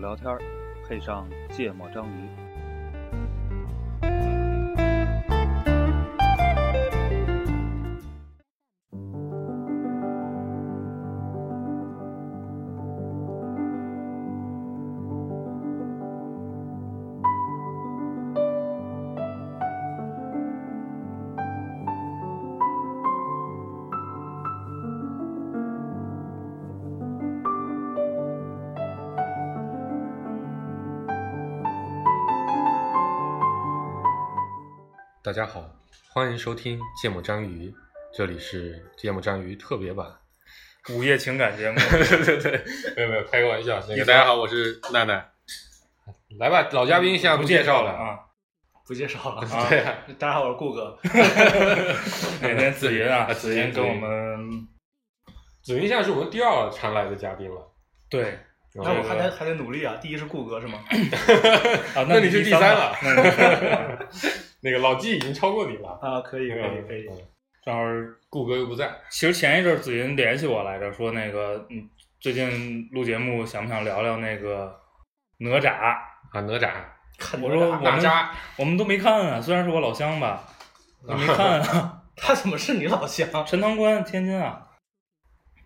聊天，儿，配上芥末章鱼。大家好，欢迎收听《芥末章鱼》，这里是《芥末章鱼》特别版。午夜情感 节目，对对对，没有没有，开个玩笑。那个大家好，我是奈奈。来吧，老嘉宾现在不介绍了了。啊，不介 绍了。啊对啊，大家好，我是顾 哥。哪天 子银啊，子子银银跟子我银们子云现在是我们第二常来的嘉宾了。对然那后我还得还得努力啊！第一是顾哥是吗？啊，那你是是第三三了那你第三了 那个老纪已经超过你了。啊，可以可以嗯可以。嗯正好顾哥又不在，其实前一阵儿子银联系我来着，说那个嗯，最近录节目想不想聊聊那个哪吒？啊，哪吒，看你我们说俩我哪吒，我们都没看啊，虽然是我老乡吧，都没看啊。 他怎么是你老乡？陈塘关，天津啊，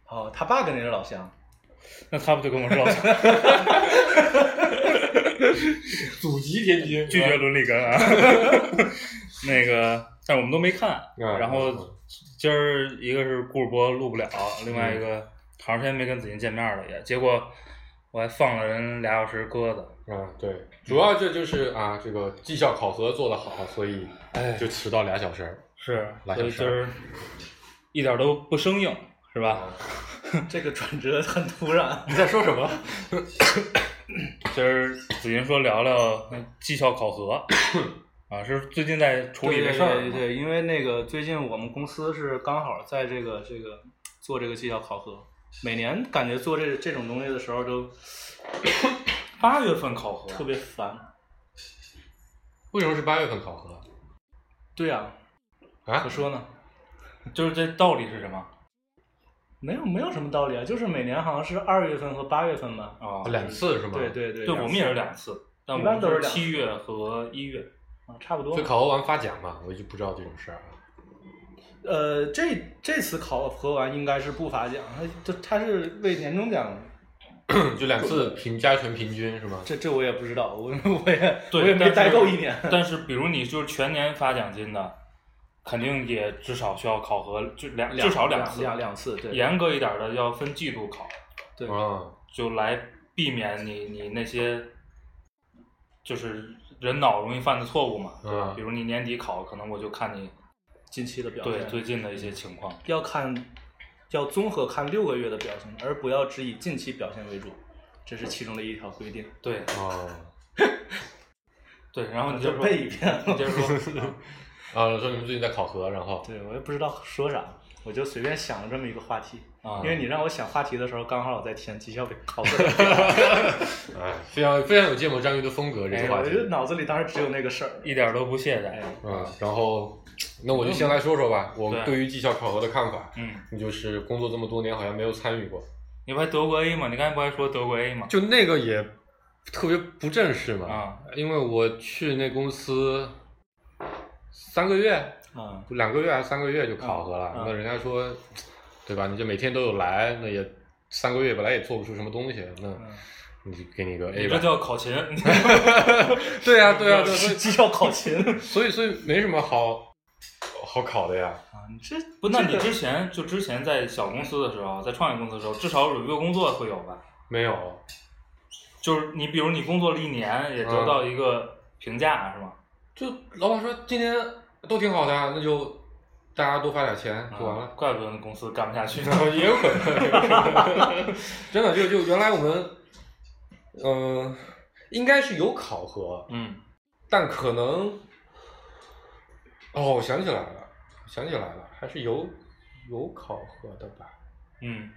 哦，他爸跟你是老乡。 那他不就跟我是老乡？祖籍天津，拒绝伦理根啊。那个，但是我们都没看。嗯然后今儿一个是顾主播录不了，另外一个好长时间没跟子欣见面了也，结果我还放了人俩小时鸽子。啊，对，主要这就是啊，这个绩效考核做得好，所以哎就迟到俩小时儿。是，俩所以小时今儿一点都不生硬，是吧？这个转折很突然。你在说什么？ 今儿子欣说聊聊那绩效考核啊，是最近在处理这事儿啊对对对，因为那个最近我们公司是刚好在这个这个做这个绩效考核，每年感觉做这这种东西的时候都八月份考核啊特别烦。为什么是八月份考核？对呀、啊可说呢。就是这道理是什么？没有没有什么道理啊，就是每年好像是二月份和八月份吧。啊啊，两次是吗？对。对对，对，我两们次也是两次，但我一般们都是两次七月和一月。啊，差不多就。考核完发奖嘛，我就不知道这种事儿啊。呃，这这次考核完应该是不发奖，他就他是为年终奖，啊 就两次平加权平均是吗？这这我也不知道，我我也我对也没但待是够一年。但是，比如你就是全年发奖金的，肯定也至少需要考核，就两 至少两次。两两次，对严格一点的要分季度考，对啊，就来避免你你那些就是人脑容易犯的错误嘛，对吧？嗯比如你年底考，可能我就看你近期的表对现，嗯最近的一些情况。要看要综合看六个月的表现，而不要只以近期表现为主，这是其中的一条规定。对哦，对，然后你就啊就说，背一遍你接着说。 啊啊，我说你们最近在考核，然后对我也不知道说啥，我就随便想了这么一个话题，啊因为你让我想话题的时候，刚好我在填绩效考核， 哎，非常非常有芥末章鱼的风格这哎个话我题就脑子里当时只有那个事儿。一点都不懈哎怠。啊。然后，那我就先来说说吧，我对对于绩效考核的看法，嗯，就是工作这么多年好像没有参与过，你不还德国 A 吗？你刚才不还说德国 A 吗？就那个也特别不正式嘛。啊，因为我去那公司三个月，啊，两个月还是三个月就考核了，嗯嗯那人家说，对吧？你这每天都有来，那也三个月本来也做不出什么东西，那你就给你个 A 你这吧。叫考勤。 对呀、对呀、啊对、所以绩效考 勤所以所以没什么好好考的呀。啊，你这不，那这你个之前就之前在小公司的时候，在创业公司的时候，至少 review 工作会有吧？没有，就是你比如你工作了一年，也得到一个评价、是吗？就老板说今天都挺好的啊，那就大家多发点钱就完了。 啊怪不得那公司干不下 去呢。也有可能， 真的就就原来我们，嗯、应该是有考核，嗯，但可能，哦，我想起来了，想起来了，还是有有考核的吧。嗯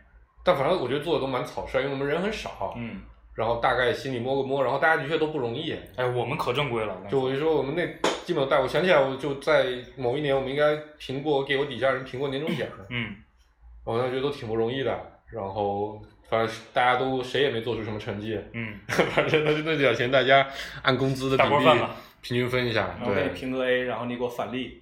但反正我觉得做的都蛮草率，因为我们人很少，嗯，然后大概心里摸个摸，然后大家的确都不容易。嗯哎，我们可正规了，就我就说我们那基本带，我想起来，我就在某一年，我们应该 评过，给我底下人评过年终奖，嗯我当时觉得都挺不容易的。然后反正大家都谁也没做出什么成绩， 嗯，反正那就那点钱大家按工资的比大锅饭例吧平均分一下 然，后给对，你评个 A，然后你给我返利。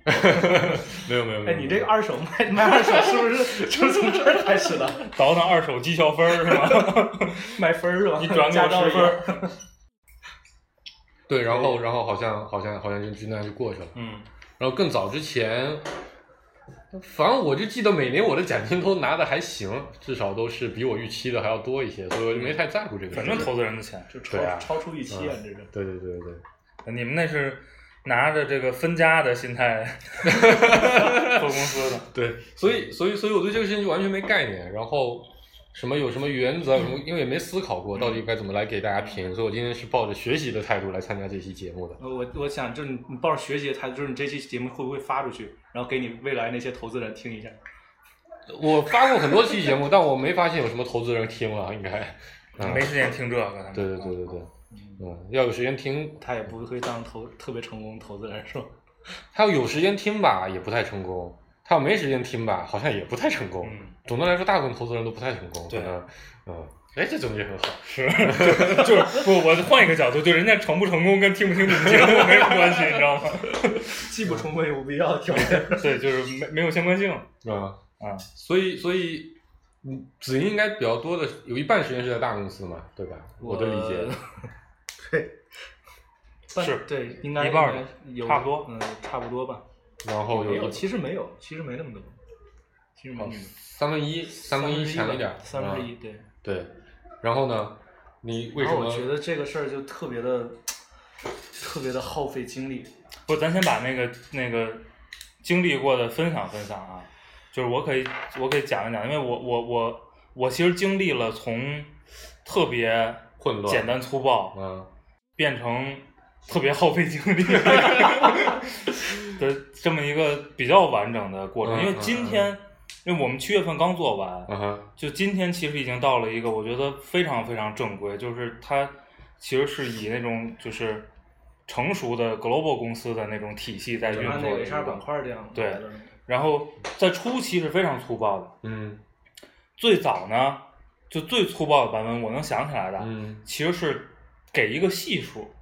没有没有没哎，有，你这个二手卖卖二手是不是就是从这儿开始的？ 倒腾二手绩效分儿是吗？卖分儿是 吧？你转给家我教十一分样儿，对，然后然后好像好像好像就就那样就过去了。嗯，然后更早之前，反正我就记得每年我的奖金都拿的还行，至少都是比我预期的还要多一些，所以我就没太在乎这个事反情。正投资人的钱，就超、对啊超出预期啊，这是。对对对对， 你们那是拿着这个分家的心 态做公司 的，对，所以所以所以我对这个事情就完全没概念，然后什么有什么原则，什么因为也没思考过到底该怎么来给大家评，所以我今天是抱着学习的态度来参加这期节目的。呃我我想就是你你抱着学习的态度，就是你这期节目会不会发出去，然后给你未来那些投资人听一下？我发过很多期节目，但我没发现有什么投资人听了，应该。嗯没时间听这个。对对对对对，嗯，要有时间听，他也不会当投特别成功的投资人是吧？他要有时间听吧，也不太成功；他要没时间听吧，好像也不太成功。嗯，总的来说，大部分投资人都不太成功。对可能，嗯，哎，这总结很好。是， 就是不，我换一个角度，就人家成不成功跟听不听你们节目没有关系，你知道吗？既不充分也不必要的条件。对，就是没没有相关性。啊啊，所以所以，嗯，子英应该比较多的，有一半时间是在大公司嘛，对吧？我的理解， 但是对，应该一半儿吧应该有差不多嗯，差不多吧。然后没有，有一其实没有，其实没那么多，其实没那么多，三分一，三分一强一点，三分之啊一对。对。然后呢，你为什然后么我觉得这个事儿就特别的，特别的耗费精力。不，咱先把那个那个经历过的分享分享啊，就是我可以我可以讲一讲，因为我我我我其实经历了从特别混乱？简单粗暴，啊，变成特别耗费精力 的这么一个比较完整的过程。嗯因为今天，因为我们七月份刚做完，嗯哼，就今天其实已经到了一个我觉得非常非常正规，就是它其实是以那种就是成熟的 global 公司的那种体系在运按那作的个 HR 板块这样。对，然后在初期是非常粗暴的，嗯最早呢就最粗暴的版本我能想起来的，嗯，其实是给一个系数，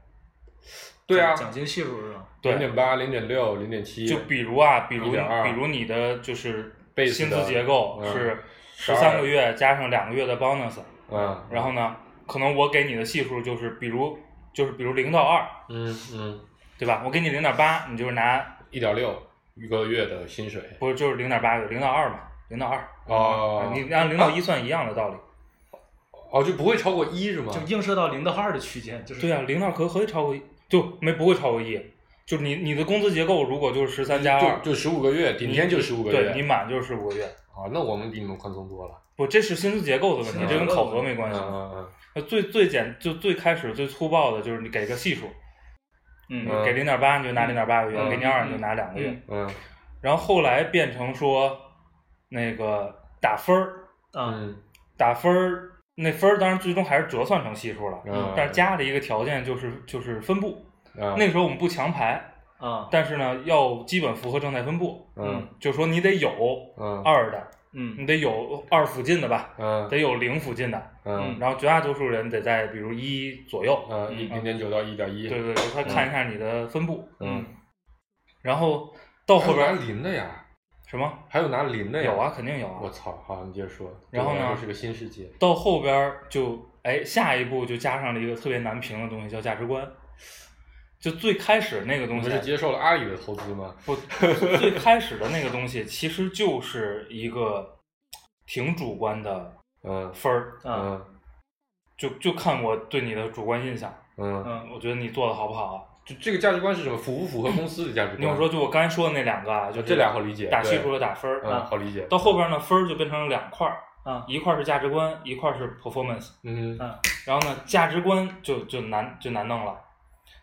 对啊，奖金系数是吧？对零，点八、零点六、零点七，就比如啊，比如1.2比如你的就是贝斯薪的资结构嗯是十12三个月加上两个月的 bonus，啊，然后呢，可能我给你的系数就是比如就是比如零到二，嗯嗯，对吧？我给你零点八，你就是拿一点六一个月的薪水，不是就是零点八，零到二嘛，零到二。哦你按零到一算一样的道理。哦，就不会超过一是吗就？映射到零到二的区间，就是对啊，零到可可以超过一，就没不会超过一，就是你你的工资结构如果就是十三加二就，就十五个月，顶天就十五个月。对你满就是五个月。啊，那我们比你们宽松多了。不，这是薪资结构的问题薪，资这跟结构考核没关系。嗯呃，最最简就最开始最粗暴的就是你给个系数，嗯嗯给零点八你就拿零点八个月，嗯给你二你就拿两个月，嗯嗯然后后来变成说那个打分儿，啊，嗯打分儿那分儿当然最终还是折算成系数了，嗯，但是加了一个条件就是就是分布，那那个时候我们不强排，啊，但是呢要基本符合正态分布，嗯就是说你得有嗯二的，嗯你得有二附近的吧，嗯得有零附近的，嗯然后绝大多数人得在比如一左右，嗯，一零点九到一点一。对，对对，他看一下你的分布，啊嗯，然后到后后边边儿拿零的呀，什么还嗯有拿零的呀。有啊，，肯定有啊。我操！好，你接着说。然后呢对我来说是个新世界。到后边儿就哎，下一步就加上了一个特别难评的东西，叫价值观。就最开始那个我东们是西，接受了阿里的投资吗？不，最开始的那个东西其实就是一个挺主观的嗯分儿，啊嗯就就看我对你的主观印象，嗯，嗯我觉得你做的好不好。就这个价值观是什么？符不符合公司的价值观？你跟我说，就我刚才说的那两个啊，就这俩好理解打对系数和打分儿。啊嗯，好理解。到后边呢，分儿就变成了两块儿，啊一块儿是价值观，一块儿是 performance。嗯啊，然后呢，价值观就就难就难弄了。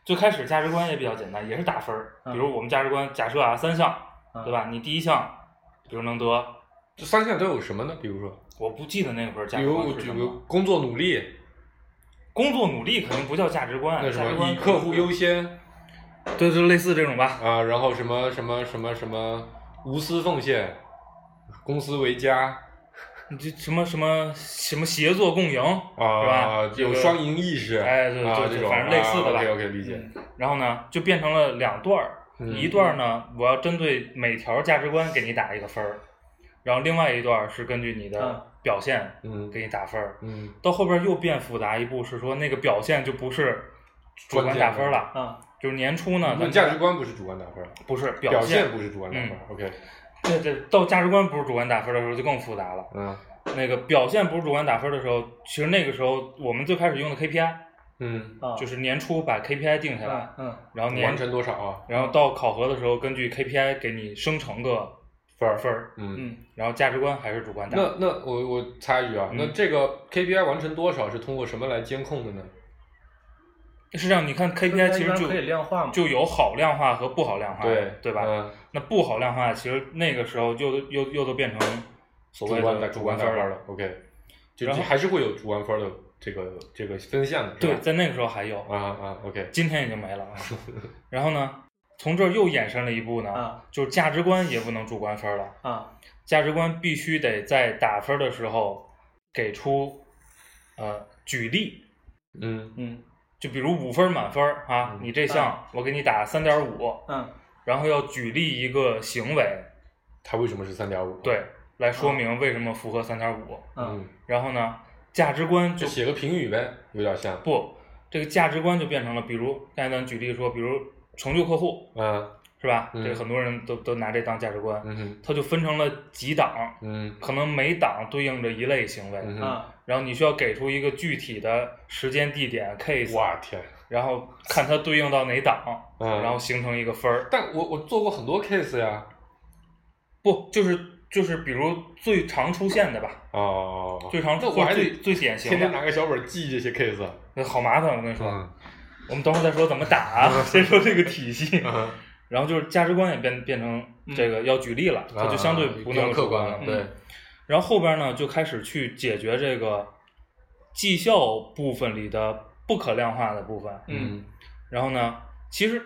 最开始价值观也比较简单，也是打分儿。比嗯如我们价值观假设啊三项，嗯对吧？你第一项，比如能得，这三项都有什么呢？比如说，我不记得那会儿价比值观如是举什个么。工作努力，工作努力肯定不叫价值观，啊那什价值么观以客户优，先。对，就类似这种吧。啊，然后什么什么什么什么无私奉献，公司为家，你这什么什么什么协作共赢，是啊吧？有这个双赢意识，哎对啊对这对种反正类似的吧 OK OK，理解。嗯然后呢，就变成了两段儿，嗯一段儿呢，我要针对每条价值观给你打一个分儿，然后另外一段儿是根据你嗯的表现嗯给你打分儿。嗯，到后边儿又变复杂一步，是说那个表现就不是主观打分了，啊，就是年初呢，咱那们价值观不是主观打分，不是表现，嗯不是主观打分。OK，对对，到价值观不是主观打分的时候就更复杂了。嗯那个表现不是主观打分的时候，其实那个时候我们最开始用的 KPI 嗯，啊就是年初把 KPI 定下来，嗯嗯然后年完成多少啊？然后到考核的时候，根据 KPI 给你生成个分儿分儿，嗯。嗯，然后价值观还是主观打。那那我我插一句啊，嗯那这个 KPI 完成多少是通过什么来监控的呢？实际上你看 KPI 其实一般就可以量化嘛就有好量化和不好量化，对哎对吧？嗯，那不好量化，其实那个时候又又又都变成所谓主观打的主观打分分儿了。。OK，就然后还是会有主观分的这个这个分项的。是吧对，在那个时候还有，啊啊，OK，今天已经没了。啊。然后呢，从这儿又衍生了一步呢，嗯啊就是价值观也不能主观分儿了，啊价值观必须得在打分儿的时候给出呃举例，嗯嗯就比如五分满分儿啊嗯，你这项我给你打三点五，嗯然后要举例一个行为，它为什么是三点五？对，，来说明为什么符合三点五。嗯嗯，然后呢，价值观就就写个评语呗，有点像。不，这个价值观就变成了，比如刚才咱举例说，比如成就客户啊，是吧？嗯这个很多人都都拿这当价值观，嗯哼，它就分成了几档，嗯可能每档对应着一类行为，嗯哼，啊然后你需要给出一个具体的时间、地点、case，哇天，然后看它对应到哪档，嗯然后形成一个分儿。但我我做过很多 case 呀，不，就是就是，比如最常出现的吧，哦，最常那出我还最得最典型天天拿的，个小本记这些 case，啊那好麻烦，我跟你说，嗯我们等会儿再说怎么打啊，先说这个体系，嗯然后就是价值观也变变成这个要举例了，它就相对不啊比那较么客主观嗯观了，了。对，然后后边呢就开始去解决这个绩效部分里的不可量化的部分，嗯然后呢，其实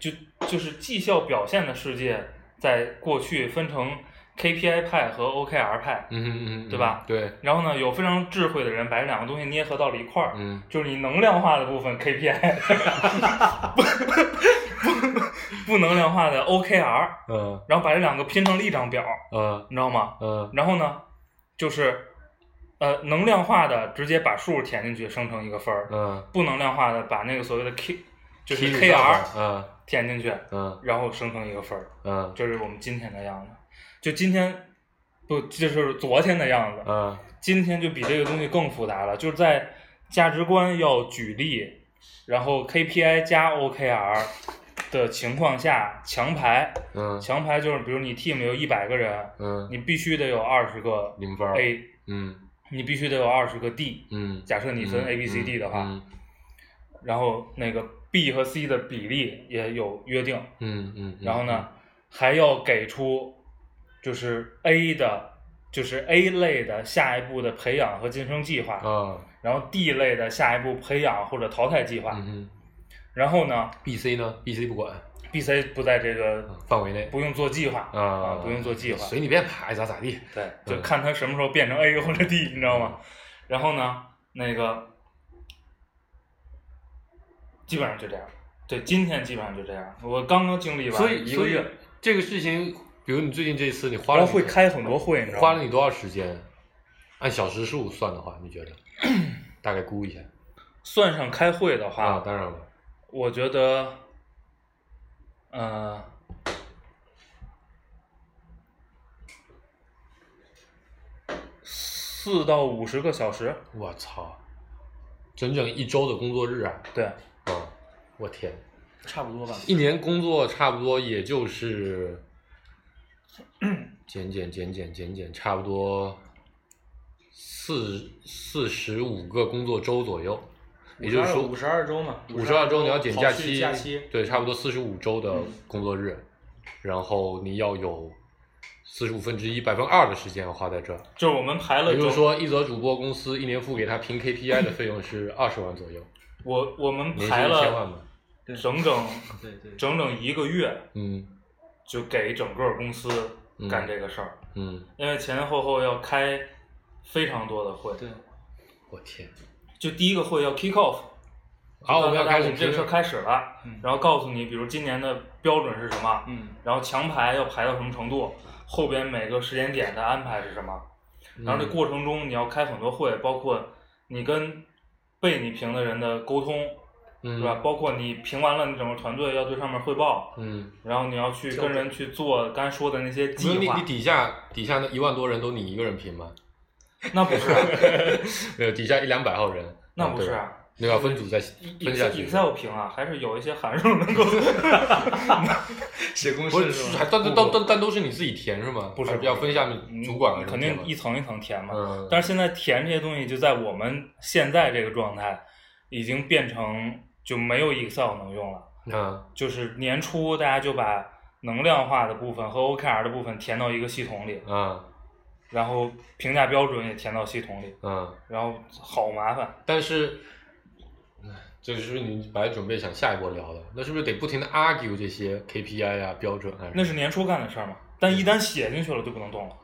就就是绩效表现的世界，在过去分成 KPI 派和 OKR 派，嗯哼嗯哼，对吧对，然后呢，有非常智慧的人把这两个东西捏合到了一块儿，嗯，就是你能量化的部分 KPI，不 不不能量化的 OKR，嗯然后把这两个拼成了一张表，嗯你知道吗？嗯然后呢，就是呃能量化的直接把数填进去生成一个分儿，嗯，不能量化的把那个所谓的 K 就是 Key result， KR 嗯填进去，嗯然后生成一个分儿，嗯这是我们今天的样子。就今天不，这就是昨天的样子。嗯今天就比这个东西更复杂了，就是在价值观要举例，然后 KPI 加 OKR 的情况下，强排，嗯强排就是比如你 team 里有一百个人，嗯，你必须得有二十个零分儿 A，嗯你必须得有二十个 D。嗯，假设你分嗯 A、B、C、D 的话，嗯然后那个 B 和 C 的比例也有约定，嗯嗯，嗯然后呢，还要给出就是 A 的，就是 A 类的下一步的培养和晋升计划。啊，然后 D 类的下一步培养或者淘汰计划。嗯哼然后呢，B、C 呢？B、C 不管，B、C 不在这个嗯范围内不用做计划啊不用做计划，随你便排，爱咋咋地，对，嗯就看它什么时候变成 A 或者 D，你知道吗？然后呢，那个基本上就这样。对，今天基本上就这样。我刚刚经历完所以一个月，这个事情，比如你最近这一次，你花然了后会开很多会，你知道吗？花了你多少时间？按小时数算的话，你觉得大概估一下算上开会的话，啊？当然了，我觉得，呃，四到五十个小时，我操，整整一周的工作日啊！对，啊，我天，差不多吧。一年工作差不多也就是减减减减减减，差不多四四十五个工作周左右，也就是说五十二周嘛，五十二周你要减刨假去期，假期对，差不多四十五周的嗯工作日，然后你要有四十五分之一百分之二的时间要花在这儿，就是我们排了也整，就是说，一则主播公司一年付给他评 KPI 的费用是二十万左右，我我们年薪排一千万了吧，对整整对对，整整一个月，嗯就给整个公司嗯干这个事儿，嗯，因为前前后后要开非常多的会。对，我天，就第一个会要 kick off，啊好，我们要开始这个事儿开始了，嗯然后告诉你，比如今年的标准是什么，嗯，然后强排要排到什么程度，后边每个时间点的安排是什么，嗯然后这过程中你要开很多会，包括你跟被你评的人的沟通，嗯是吧？？包括你评完了，你整个团队要对上面汇报，嗯，然后你要去跟人去做刚才说的那些不是计你划你，底下底下那一万多人都你一个人评吗？ 那不是啊，没有，底下一两百号人，那嗯不是对啊吧，那要分组再分下去。 Excel 评啊，还是有一些函数能够。 写公不是，还但但但但但都是你自己填是吗？不是嗯还要分下面 主管啊肯什定么一填吗层一层填嘛。嗯，但是现在填这些东西，就在我们现在这个状态，已经变成就没有 Excel 能用了。啊就是年初大家就把能量化的部分和 OKR 的部分填到一个系统里，啊然后评价标准也填到系统里，啊！然后好麻烦。但是，唉这个是不是你本来准备想下一波聊的？那是不是得不停的 argue 这些 KPI 啊标准啊？那是年初干的事儿嘛，但一旦写进去了就不能动了。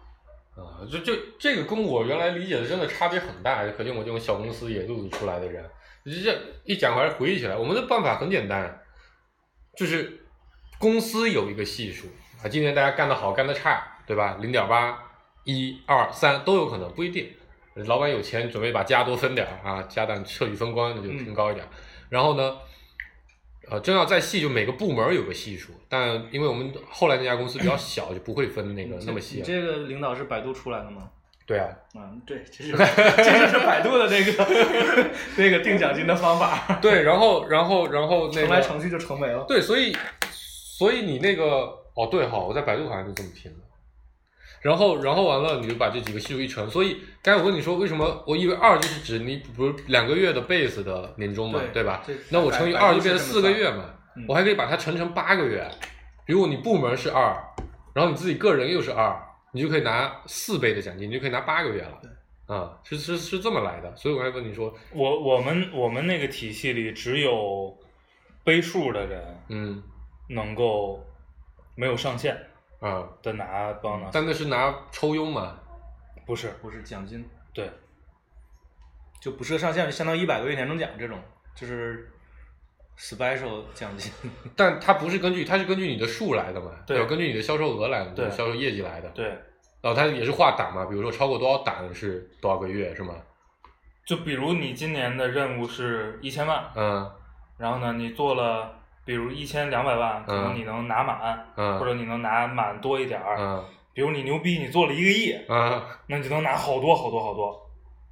啊，这这这个跟我原来理解的真的差别很大，可见我这种小公司野路子出来的人，你这一讲还是回忆起来，我们的办法很简单，就是公司有一个系数啊，今年大家干得好，干得差，对吧？零点八、一、二、三都有可能，不一定。老板有钱，准备把家多分点儿啊，家当彻底分光，那就嗯更高一点儿。然后呢，呃，真要再细，就每个部门有个系数，但因为我们后来那家公司比较小，就不会分那个那么细你了。嗯这个领导是百度出来的吗？对啊，啊嗯，对，这是这就是百度的那个 那个定奖金的方法，对，然后然后然后 那重来个程序就成没了。对，所以所以你那个哦对哈，我在百度好像就这么拼的。然后，然后完了，你就把这几个系数一乘，所以刚才我跟你说，为什么我以为二就是指你，比如两个月的 base 的年终嘛，对对吧这？那我乘以百百二度就是变成这么四个算月嘛，嗯我还可以把它乘成八个月。比如你部门是二，然后你自己个人又是二，你就可以拿四倍的奖金，你就可以拿八个月了。啊、是是是这么来的，所以我还问你说，我我们我们那个体系里只有背数的人嗯能够没有上限啊、的拿 bonus，但那是拿抽佣嘛，不是不是奖金，对，就不设上限，相当于一百个月年终奖这种，就是 special 奖金。但它不是根据，它是根据你的数来的嘛，对要根据你的销售额来的，对你的销售业绩来的，对， 然后它也是划档嘛，比如说超过多少档是多少个月是吗？就比如你今年的任务是一千万，嗯然后呢，你做了比如一千两百万，可能你能拿满，嗯，或者你能拿满多一点儿。嗯比如你牛逼，你做了一个亿，嗯，那你就能拿好多好多好多。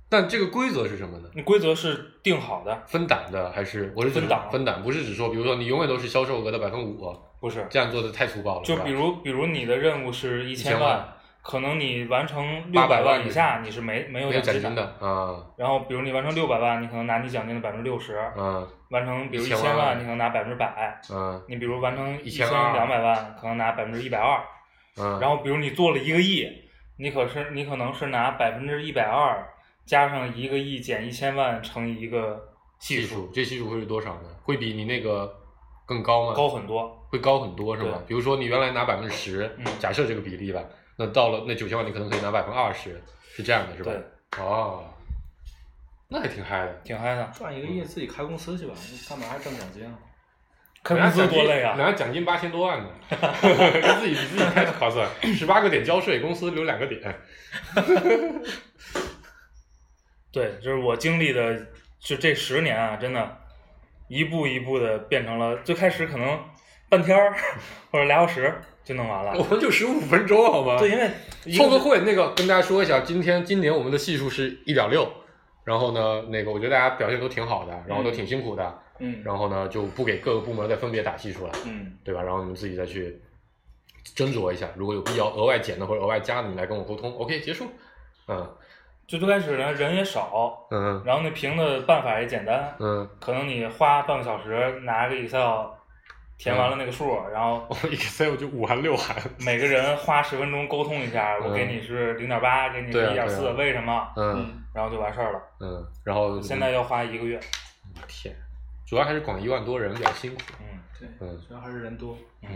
但这个规则是什么呢？那规则是定好的，分档的还是我是指分档分档，不是只说，比如说你永远都是销售额的百分之五，不是？这样做的太粗暴了。就是吧比如比如你的任务是一1000千万万，可能你完成六800百万万以下，你是没没有没有奖金金的。啊然后比如你完成六百万，你可能拿你奖金的百分之六十；嗯完成比如一1000千万啊万，你可能拿百分之百。嗯你比如完成一千1200两百万，可能拿百分之一百二。嗯，然后比如你做了一个亿，你可是你可能是拿百分之一百二加上一个亿减一千万乘以一个系系数，这系数会是多少呢？会比你那个更高吗？高很多。会高很多是吗对？比如说你原来拿百分之十嗯，假设这个比例吧，那到了那九千万，你可能可以拿百分之二十，是这样的，是吧？对，哦，那还挺嗨的。挺嗨的。赚一个亿自己开公司去吧，干嘛还挣奖金啊？开公司多累人家啊！奖金八千多万呢，自己自己开始划算，十八个点交税，公司留两个点。对，就是我经历的，就这十年啊，真的，一步一步的变成了，最开始可能半天儿 或者俩小时就弄完我了。们就十五分钟好吗？对，，因为一凑个是会，那个跟大家说一下，今天今年我们的系数是一点六，然后呢，那个我觉得大家表现都挺好的，然后都挺辛苦的，嗯然后呢就不给各个部门再分别打系数了。嗯，对吧？然后你们自己再去斟酌一下，如果有必要额外减的或者额外加的，你来跟我沟通。OK，结束。嗯就最开始呢人也少，嗯然后那评的办法也简单，嗯，可能你花半个小时拿个 Excel 填完了那个数，然后 我 Excel 就五行六行。每个人花十分钟沟通一下，嗯我给你是零点八，给你是对啊一点四对啊，为什么？嗯然后就完事儿了。嗯，然后现在要花一个月，天，主要还是广一万多人比较辛苦。嗯，对，嗯主要还是人多。嗯，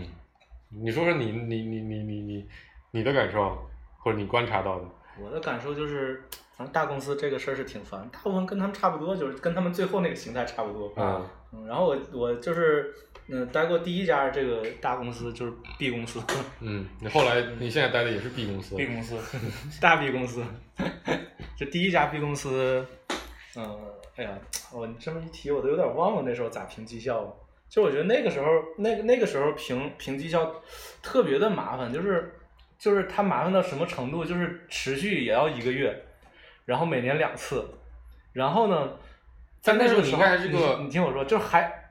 你说说你你你你你你你的感受或者你观察到的，我的感受就是，反正大公司这个事儿是挺烦，大部分跟他们差不多，就是跟他们最后那个形态差不多。啊、嗯，然后我我就是嗯、待过第一家这个大公司，就是 B 公司，嗯，你后来你现在待的也是 B 公司 B 公司，大 B 公司， 这第一家 B 公司，嗯、哎呀，我你这么一提，我都有点忘了那时候咋评绩效了。就我觉得那个时候，那个那个时候评评绩效特别的麻烦，就是就是它麻烦到什么程度，就是持续也要一个月，然后每年两次，然后呢，在但那那时候个你时应候该还是个你你听我说，就是还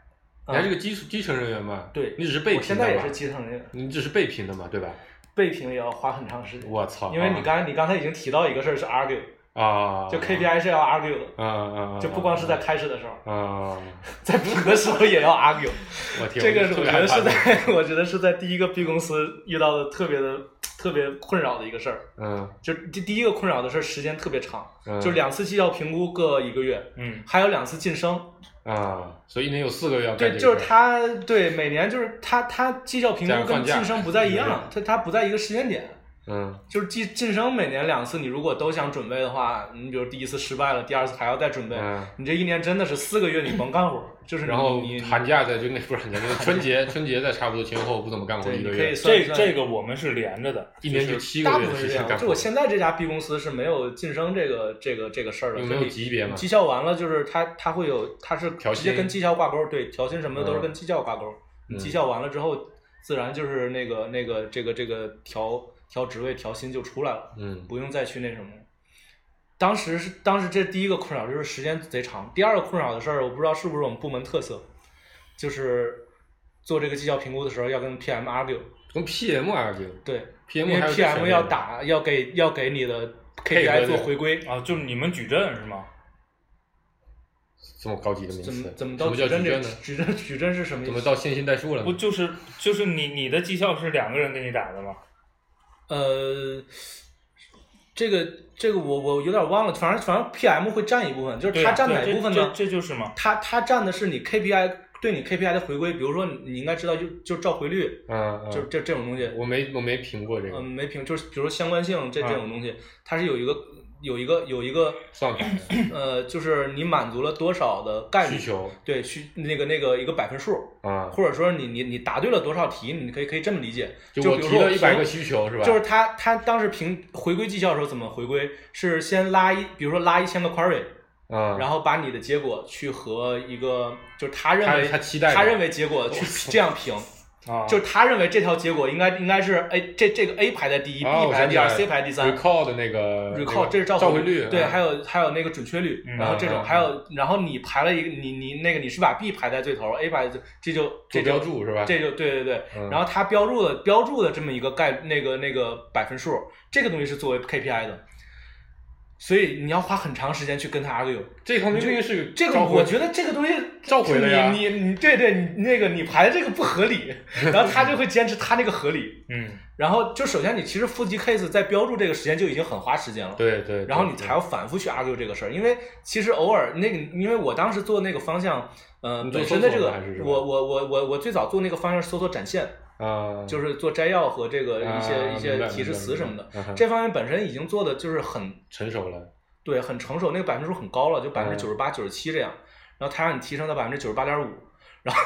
你还是个基础基层人员嘛，嗯对你只是被我评现的在也嘛是，基层人员，你只是被评的嘛，对吧？被评也要花很长时间。我操，因为你刚才你刚才已经提到一个事儿是 argue，啊，就 KPI 是要 argue 的，啊啊啊，就不光是在开始的 时候，啊，在评的时候也要 argue。我天， 这个是特我别觉害怕得是这个在我觉得是在第一个 B 公司遇到的特别的特别困扰的一个事儿，嗯就是第第一个困扰的事儿时间特别长，嗯，就两次绩效评估各一个月，嗯，还有两次晋升。啊，所以一年有四个月要干对，这就个事是儿他对每年就是他他绩效评加估上放跟假晋升不在一对样，他他不在一个时间点。嗯就是晋晋升每年两次，你如果都想准备的话，你比如第一次失败了，第二次还要再准备，嗯。你这一年真的是四个月你甭干活，就是你然后你寒假在就那不是寒假，就是春 节春节在差不多前后不怎么干活对一你个可以月，算这一算这个我们是连着的，一年就七大个部月分时是这间样干。就活我，现在这家 B 公司是没有晋升这个这个这个事儿的，有所没以有级别嘛？绩效完了就是它它会有它是调直接薪跟绩效挂钩，对，调薪什么的都是嗯跟绩效挂钩。你绩嗯效完了之后，自然就是那个那个这个这个调调职位调薪就出来了。嗯不用再去那什么。当时是当时这第一个困扰就是时间贼长，第二个困扰的事儿我不知道是不是我们部门特色，就是做这个绩效评估的时候要跟 PM argue，跟 PM 啊就对，因 PM 为还有 PM 要打要给要给你的配合 KPI 这做个回归，啊，就是你们矩阵是吗？这么高级的名怎么词，怎么什到么叫矩矩阵这阵个呢？矩阵矩阵是什么怎意么思？到线性代数了呢？不啊就是就是你你的绩效是两个人给你打的吗？呃，这个这个我我有点忘了，反正反正 PM 会占一部分，就是对他啊呀，占哪对部分这呢？这这就是嘛，它它占的是你 KPI 对你 KPI 的回归，比如说你你应该知道就就召回率，嗯嗯，就这这种东西，我没我没评过这个嗯，没评就是比如说相关性这嗯这种东西，它是有一个有一个有一个算法的呃，就是你满足了多少的概率需，求对需那个那个一个百分数，啊，嗯或者说你你你答对了多少题，你可以可以这么理解，就我比如提说了一百评个需求是吧？就是他他当时评回归绩效的时候怎么回归，是先拉一比如说拉一千个 query，嗯，然后把你的结果去和一个就是他认为他他期待的认为结 果去这样评，啊，就是他认为这条结果应该应该是 A 这这个 A 排在第一、哦 b 我排想第起来二了，C 排第三。 recall 的那个 recall 呃这是召召回率，率，对，嗯还有还有那个准确率，嗯然后这嗯种还有，然后你排了一个你你那个你是把 B 排在最头，A 排在最，这就这做标就注是吧？这就对对对，嗯然后它标注的标注的这么一个概那个那个百分数，这个东西是作为 KPI 的，所以你要花很长时间去跟他 argue，这套明明是这个召回我觉得这个东西召回了呀你你你对对，你那个你排的这个不 合理，然后他就会坚持他那个合理，嗯，然后就首先你其实复习 case 在标注这个时间就已经很花时间了。对对，然后对你还要反复去 argue 这个事儿，因为其实偶尔那个，因为我当时做那个方向，呃，你做本身的搜这索个吗还是什，么我我我我我最早做那个方向是搜索展现，啊，就是做摘要和这个一些、啊一明白些提示词什么明白明白嗯的，哼这方面本身已经做的就是很成熟了，对，很成熟，那个百分数很高了，就百分之九十嗯八、九十七这样。然后他让你提升到百分之九十八点五，然后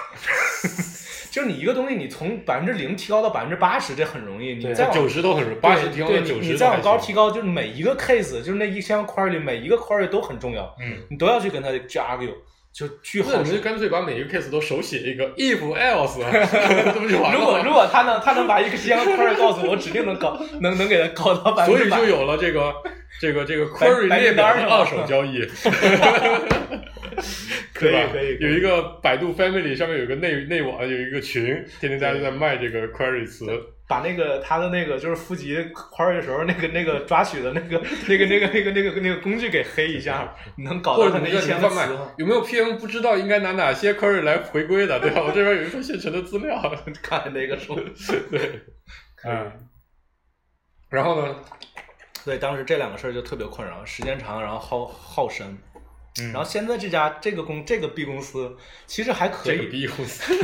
就是你一个东西，你从百分之零提高到百分之八十，这很容易。你对再往九十都很熟，八十对提高对到你九十，你再往高提，高，就是每一个 case，就是那一千个 query 里每一个 query 都很重要，嗯，你都要去跟他去 argue，就巨那耗我们时就间。干脆把每一个 case 都手写一个 if else，这不就完了吗？如 果如果他能他能把一个千个 query 告诉我，我指定能搞能能给他搞到百分所之以百。就有了这个这个这个白 query 白名列表单的是吧二手交 易，可以对吧可以可有以一个百度 family 上面有一个内内网有一个群，天天大家都在卖这个 query 词，把那个他的那个就是复习 query 的时候那个那个抓取的那个那个那个那个那个那个工具给黑一下，你能搞或到者你他那们一在千群个贩词卖吗？有没有 PM 不知道应该拿哪些 query 来回归的，对吧？我这边有一份现成的资料， 看那个数。 对。嗯，然后呢？所以当时这两个事儿就特别困扰，时间长，然后耗耗神。嗯，然后现在这家这个公这个 B 公司其实还可这个以逼公司，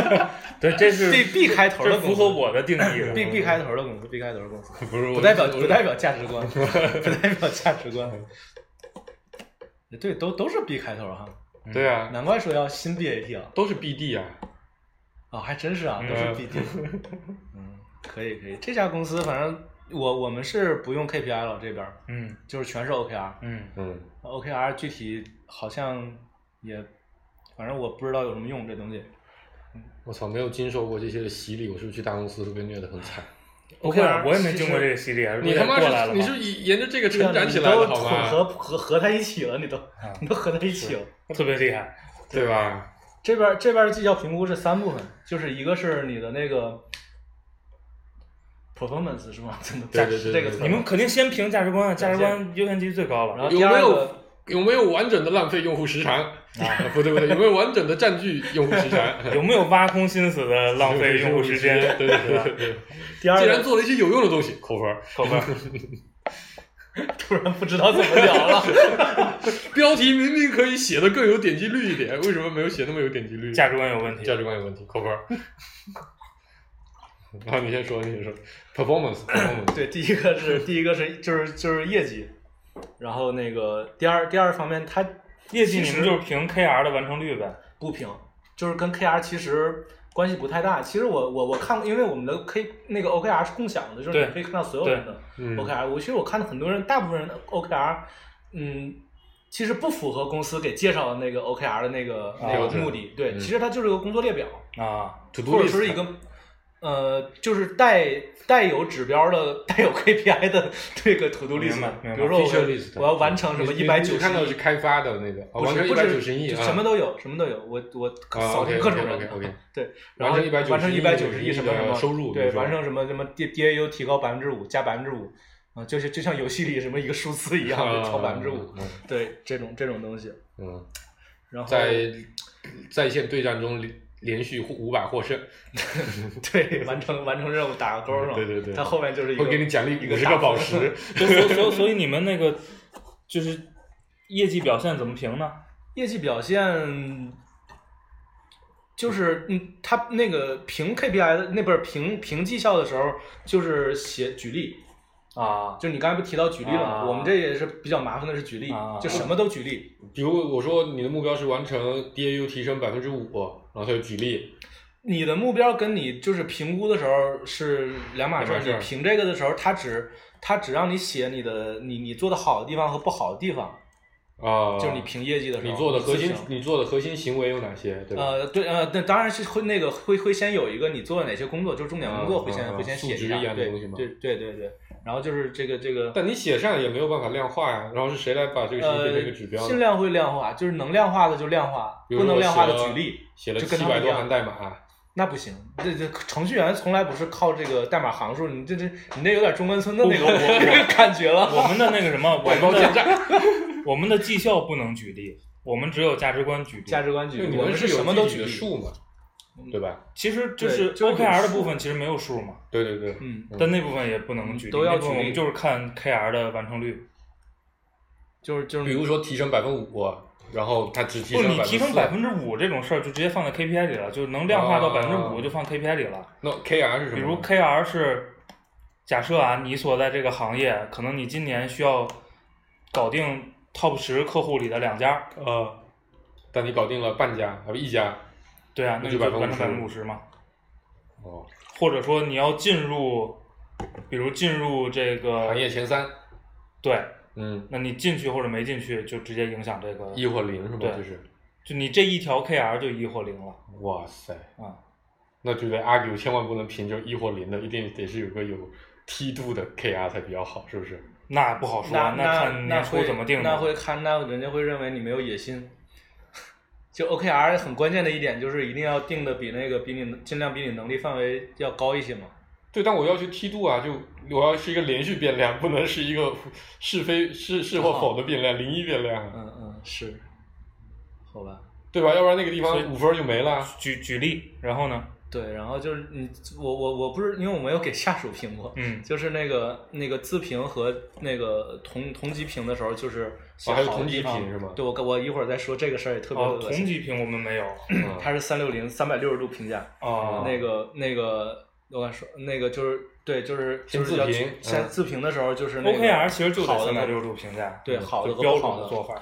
对，这是，B B 开头这的符公合司我的定义。 ，B B 开头的公司，B 开头的公司，不是我不代表我不代表价值观，不代表价值观。对，都都是 B 开头哈，嗯对，啊，难怪说要新 BAT 啊，都是 BD 啊，啊，还真是啊，嗯都是 BD。嗯，可以可以，这家公司反正我我们是不用 KPI 了，这边儿嗯就是全是 OKR。嗯，嗯， OKR 具体好像也，反正我不知道有什么用这东西。我操，没有经受过这些的洗礼，我是不是去大公司会被虐得很惨？不会啊， OKR 我也没经过这个系列，嗯你他妈过来了是吗你是沿着这个成长起来啊你的都好混吗？合合合在一起了，你都 你都合在一起了。特别厉害。对吧？这边儿这边儿绩效评估是三部分，就是一个是你的那个 performance 是吗？ 怎么对在对对是这对个词对吗？你们肯定先评价值观，啊，价值观优先级最高然了。后有第二没有个有没有完整的浪费用户时长？啊， 不对不对，有没有完整的占据用户时长？ 有没有挖空心思的浪费用户时间？ 对对对对。第二既然个做了一些有用的东西，扣分儿。扣分。 突 然不知道怎么聊了， 标题明明可以写的更有点击率一点，为什么没有写那么有点击率？价值观有问题。价值观有问题，扣分儿。 啊，你先说，你先说，performance performance，对，第一个是第一个是就是就是业绩，然后那个第二第二方面它业绩你其们实就是凭 KR 的完成率呗。不平，就是跟 KR 其实关系不太大。其实我我我看过，因为我们的 K 那个 OKR 是共享的，就是对你可以看到所有人的嗯 OKR。我其实我看到很多人，大部分人的 OKR，嗯，其实不符合公司给介绍的那个 OKR 的那个、那标个准目的。对，嗯其实它就是一个工作列表， 啊， ，to do 或者说 list 是一个。呃，就是带带有指标的、带有 KPI 的这个 to do 明 list，白明白比如说我 feature list 我要完成什么你一你百九你十看到的是开发的那个，哦不完是成一不百是九十亿就啊，什么都有，什么都有。我我啊扫，OK，各种 OK 人 OK，对，然完后成190完成亿一百九十亿什么的什么收入比对，如说完成什么什么 D D A U 提高百分之五，加百分之五，啊，就是就像游戏里什么一个数字一样，超百分之五，，啊嗯对，这种这种东西。嗯，然后在在线对战中连连续五百获胜， 对完成完成任务打个勾儿嘛，对对对它后面就是一个会给你奖励一五个十大个宝分石，所以所以所以你们那个就是业绩表现怎么评呢？业绩表现，就是嗯，他那个评 KPI 的那不是评评绩效的时候，就是写举例，啊，就你刚才不提到举例了吗？啊我们这也是比较麻烦的是举例，啊就什么都举例。比如我说你的目标是完成 DAU 提升百分之五，然后他就举例，你的目标跟你就是评估的时候是两码事儿，两码事你儿评这个的时候，它只它只让你写你的你你做的好的地方和不好的地方，啊、就是你评业绩的时候，你做的核心自省，你做的核心行为有哪些，对吧？呃，对，呃，那当然是会那个会会先有一个你做了哪些工作，就是重点工作嗯会先、嗯嗯会先数写值下，一样的对东西吗对对对对。然后就是这个这个，但你写上也没有办法量化呀，然后是谁来把这个事情变成一个指标呢？呃尽量会量化，就是能量化的就量化，比如不说能我量化写的了举例，写了就跟七他百们一多样行代码，啊那不行。这这程序员从来不是靠这个代码行数，你这这你这有点中关村的 那个不不不不感觉了。我们的那个什么， 我外包们建的站，我们的绩效不能举例，我们只有价值观举例。价值观举就例，你我们们是有什么具都体举的例，嗯数嘛，对吧？其实就对是就是有 OKR 的数部分其实没有数嘛，对对对，嗯，嗯但那部分也不能举例，都要那部分举例我们就是看 KR 的完成率。就是就是比如说提升百分五，然后他只提不，升你提升百百分分之五这种事儿就直接放在 KPI 里了，就能量化到百分之五啊就放 KPI 里了。那 KR 是什么？比如 KR 是假设啊，你所在这个行业，可能你今年需要搞定 top 十客户里的两家，呃，但你搞定了半家，还不一家，对啊，那那就就完50%成百分之五十嘛。哦，或者说你要进入，比如进入这个行业前三，对，嗯，那你进去或者没进去，就直接影响这个，一或零是吧？对就是，就你这一条 KR 就一或零了哇塞，啊。那就得 argue 千万不能凭就一或零的，一定得是有个有梯度的 KR 才比较好，是不是？那不好说那啊，看那年初会怎么定的。那会看，那人家会认为你没有野心。就 OKR 很关键的一点就是一定要定的比那个比你尽量比你能力范围要高一些嘛。对，但我要求梯度啊，就我要是一个连续变量，不能是一个是非是是或否的变量，零一变量啊，嗯嗯，是，好吧。对吧？要不然那个地所以方五分就没了啊。举举例，然后呢？对，然后就是你我我我不是因为我没有给下属评过，嗯，就是那个那个自评和那个同同级评的时候，就是写哦还有好的同级地方评是吗对，我跟我一会儿再说这个事儿也特别哦，恶同心。级评我 们没有，啊嗯它是三六零三百六十度评价，哦，那个那个我跟你说那个就是对就是先就是要自评先嗯自评的时候就是那个 OKR 其实就得好的三百六十度评价，对嗯好的就和标不好准的的做法。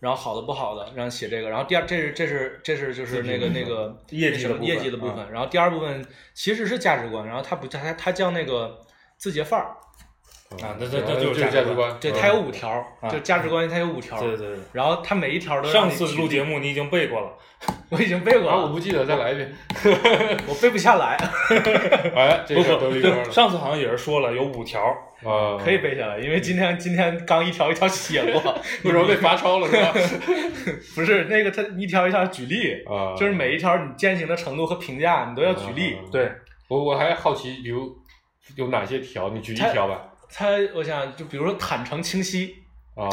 然后好的不好的，然后写这个，然后第二，这是这是这是就是那个那个业绩那的什么部分嗯业绩的部分，然后第二部分其实是价值观，然后它不它它叫那个字节范儿，啊那那哦这那就是是价价值值观，对，嗯它有五条，啊就价值观它有五条，对对对然后它每一条都对，上让你次举录例节目你已经背过了， 我已经背过啊，我了，不记得，再来一遍。 我背不下来，哎，这不个都不，立边对，了上次好像也是说了有五条，啊， 可以背下哦来，因为今天今天刚一条一条写 过，不容易被罚抄了是吧？不是那个它一条一条举例， 啊，就是每一条你践行的程度和评价你都要举例，嗯对，我我还好奇，比如有哪些条？你举一条吧。它我想就比如说坦诚清晰，啊，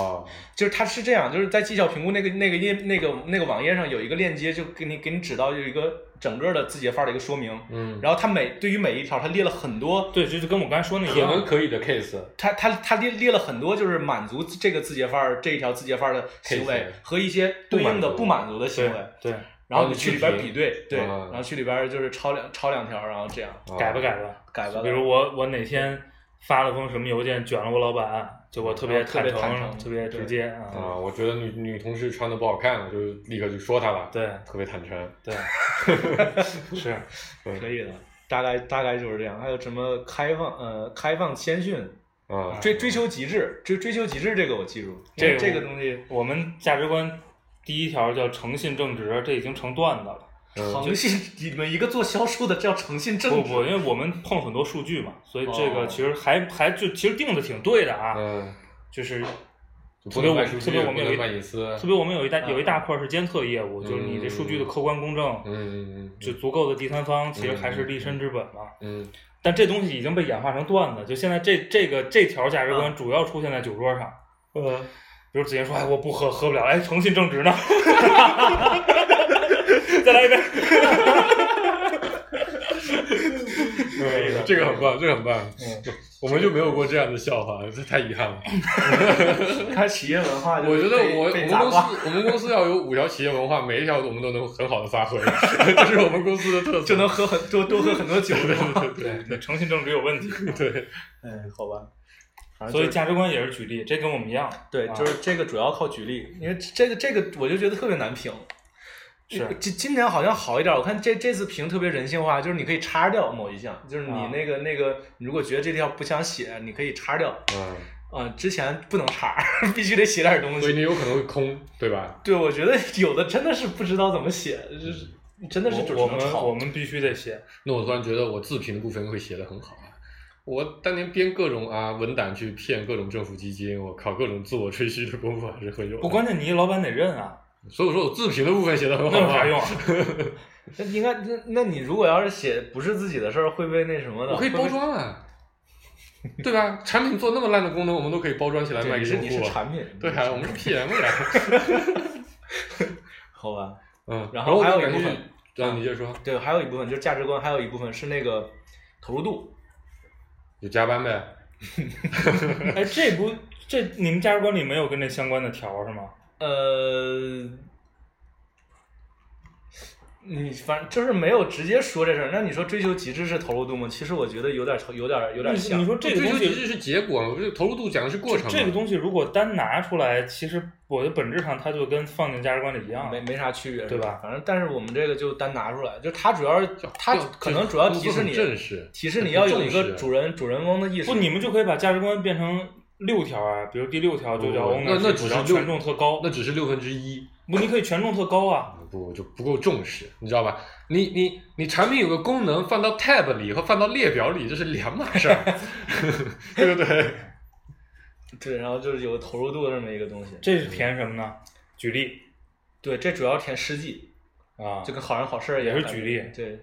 就是它是这样，就是在绩效评估那个那个页那个那个网页上有一个链接，就给你给你指到有一个整个的字节范儿的一个说明。嗯，然后它每对于每一条，它列了很多，对，这就跟我刚才说那一可能样，可以的 case，它它它列列了很多，就是满足这个字节范儿这一条字节范儿的行为 Case 和一些对应的不不满满足的行对为，对，然后哦你你去去里边评比对对，啊然后去里边就是抄两抄两条，然后这样啊改不？改吧？改吧。比如我我哪天发了封什么邮件卷了我老板，结果特别啊特坦别诚，坦诚特别直接啊，啊，我觉得女女同事穿的不好看，我就立刻就说她了，对特别坦诚。对， 是可以的，大概大概就是这样。还有什么开放呃开放谦逊，啊，追追求极致，追追求极致这个我记住，这个这个我东西。我们价值观第一条叫诚信正直，这已经成段子了。嗯，诚信，你们一个做销售的叫诚信正不直，不，因为我们碰很多数据嘛，所以这哦个其实还、还就其实定的挺对的啊，嗯，就是就不特能别我卖数特据，别我不们有一能卖嗯隐私。特别我们有一大、啊有一大块是监测业务，就是你这数据的客观公正，嗯嗯就足够的第三方，其实还是立身之本嘛。嗯但这东西已经被演化成段子，就现在这这个这条价值观主要出现在酒桌上。啊嗯，比如子妍说：“哎，我不喝，喝不了。”哎，诚信正直呢？ 再来一杯。嗯，这个很棒，这个很棒。嗯，我们就没有过这样的笑话，这太遗憾了。他企业文嗯化就我是觉得被我我被们砸公挂，司我们公司要有五条企业文化，每一条我们都能很好的发挥， 这是我们公司的特色。 就能喝很多多喝很多酒，对吧？对，你诚信正直有问 题。对，嗯，好吧。反正所以就是价值观也是举例，这跟我们一样。对，啊就是这个主要靠举例，因为这个这个我就觉得特别难评。 是今今年好像好一点，我看这这次评特别人性化，就是你可以叉掉某一项，就是你啊那个、那个，你如果觉得这条不想写，你可以叉掉。嗯，嗯、之前不能叉， 必须得写点东所以西。你有可能会空，对吧？对，我觉得有的真的是不知道怎么写，就是真的是就我只我能们抄。我们必须得 写。那我突然觉得我自评的部分会写得很好啊。我当年编各种啊文档去骗各种政府基金，我靠，各种自我吹嘘的功夫还是会有的。不，关键你老板得认啊， 所以我说我自评的部分写得很好那啊，有啥用啊？ 那应该那那你如果要是写不是自己的事儿，会不会那什么的？我可以会不包会装啊，对吧？产品做那么烂的功能，我们都可以包装起来对卖你给是用你是户啊。产品，对你是啊，我们是 PM 呀。 好吧。嗯，然然后我还有感一部觉分，让、你接着说，对，还有一部分就是价值观，还有一部分是那个投入度。有加班呗？哎，这不这你们价值观里没有跟这相关的条是吗？呃，你反正就是没有直接说这事儿。那你说追求极致是投入度吗？其实我觉得有点儿有点儿有点儿你像。你说这个追东求西极致是结果，我这投入度讲的是过程嘛。这个东西如果单拿出来，其实我的本质上它就跟放进价值观里一样没。没啥区别，对吧反正但是我们这个就单拿出来，就它主要是它就可能主要提示工作很正你，式，提示你要有一很重个视主人主人公的意识。不，你们就可以把价值观变成六条啊，比如第六条就叫不不 owner，不那那只是然后六权重特高，那只是六分之一。不，你可以权重特高啊。不就不够重视，你知道吧？你你你产品有个功能放到 tab 里和放到列表里这是两码事儿， 对不对？对，然后就是有个投入度这么一个东西。这嗯是填什么呢？举例对，这主要填实际，啊就，跟好人好事儿一样也是感觉举例对，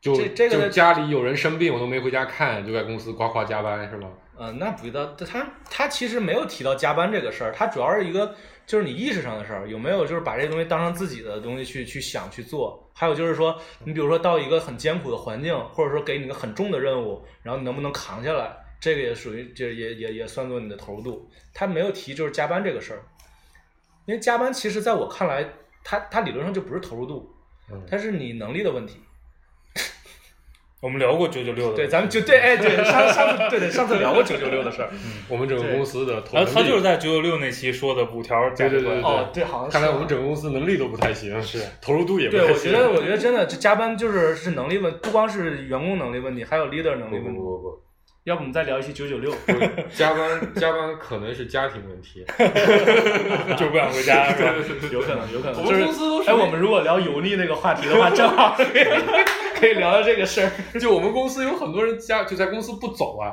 就这这个就在家里有人生病，我都没回家看，就在公司呱呱加班是吗？呃，那不知道，他他其实没有提到加班这个事儿，他主要是一个就是你意识上的事儿，有没有就是把这东西当成自己的东西去去想去做，还有就是说，你比如说到一个很艰苦的环境，或者说给你个很重的任务，然后你能不能扛下来，这个也属于就是也也也算作你的投入度，他没有提就是加班这个事儿，因为加班其实在我看来，它它理论上就不是投入度，嗯，它是你能力的问题。我们聊过九九六的，对，咱们就对，哎，对，上上次对对，上次聊过九九六的事儿。我们整个公司的投然后他能力就是在九九六那期说的五条价值观对对啊对对哦，对，好像是。看来我们整个公司能力都不太行，是 投入度也不对，太我行。觉得，我 觉得真的，这加班就是是能力问，不光是员工能力问题，还有 leader 能不力不问题。不不要不我们再聊一期九九 六？ 不，加班加班可能是家庭问题。 就不想回家是吧？ 有可能，有可能。我就们是公司都属于哎，我们如果聊油腻那个话题的话，正好可 以可以聊聊这个事儿。就我们公司有很多人家就在公司不走啊，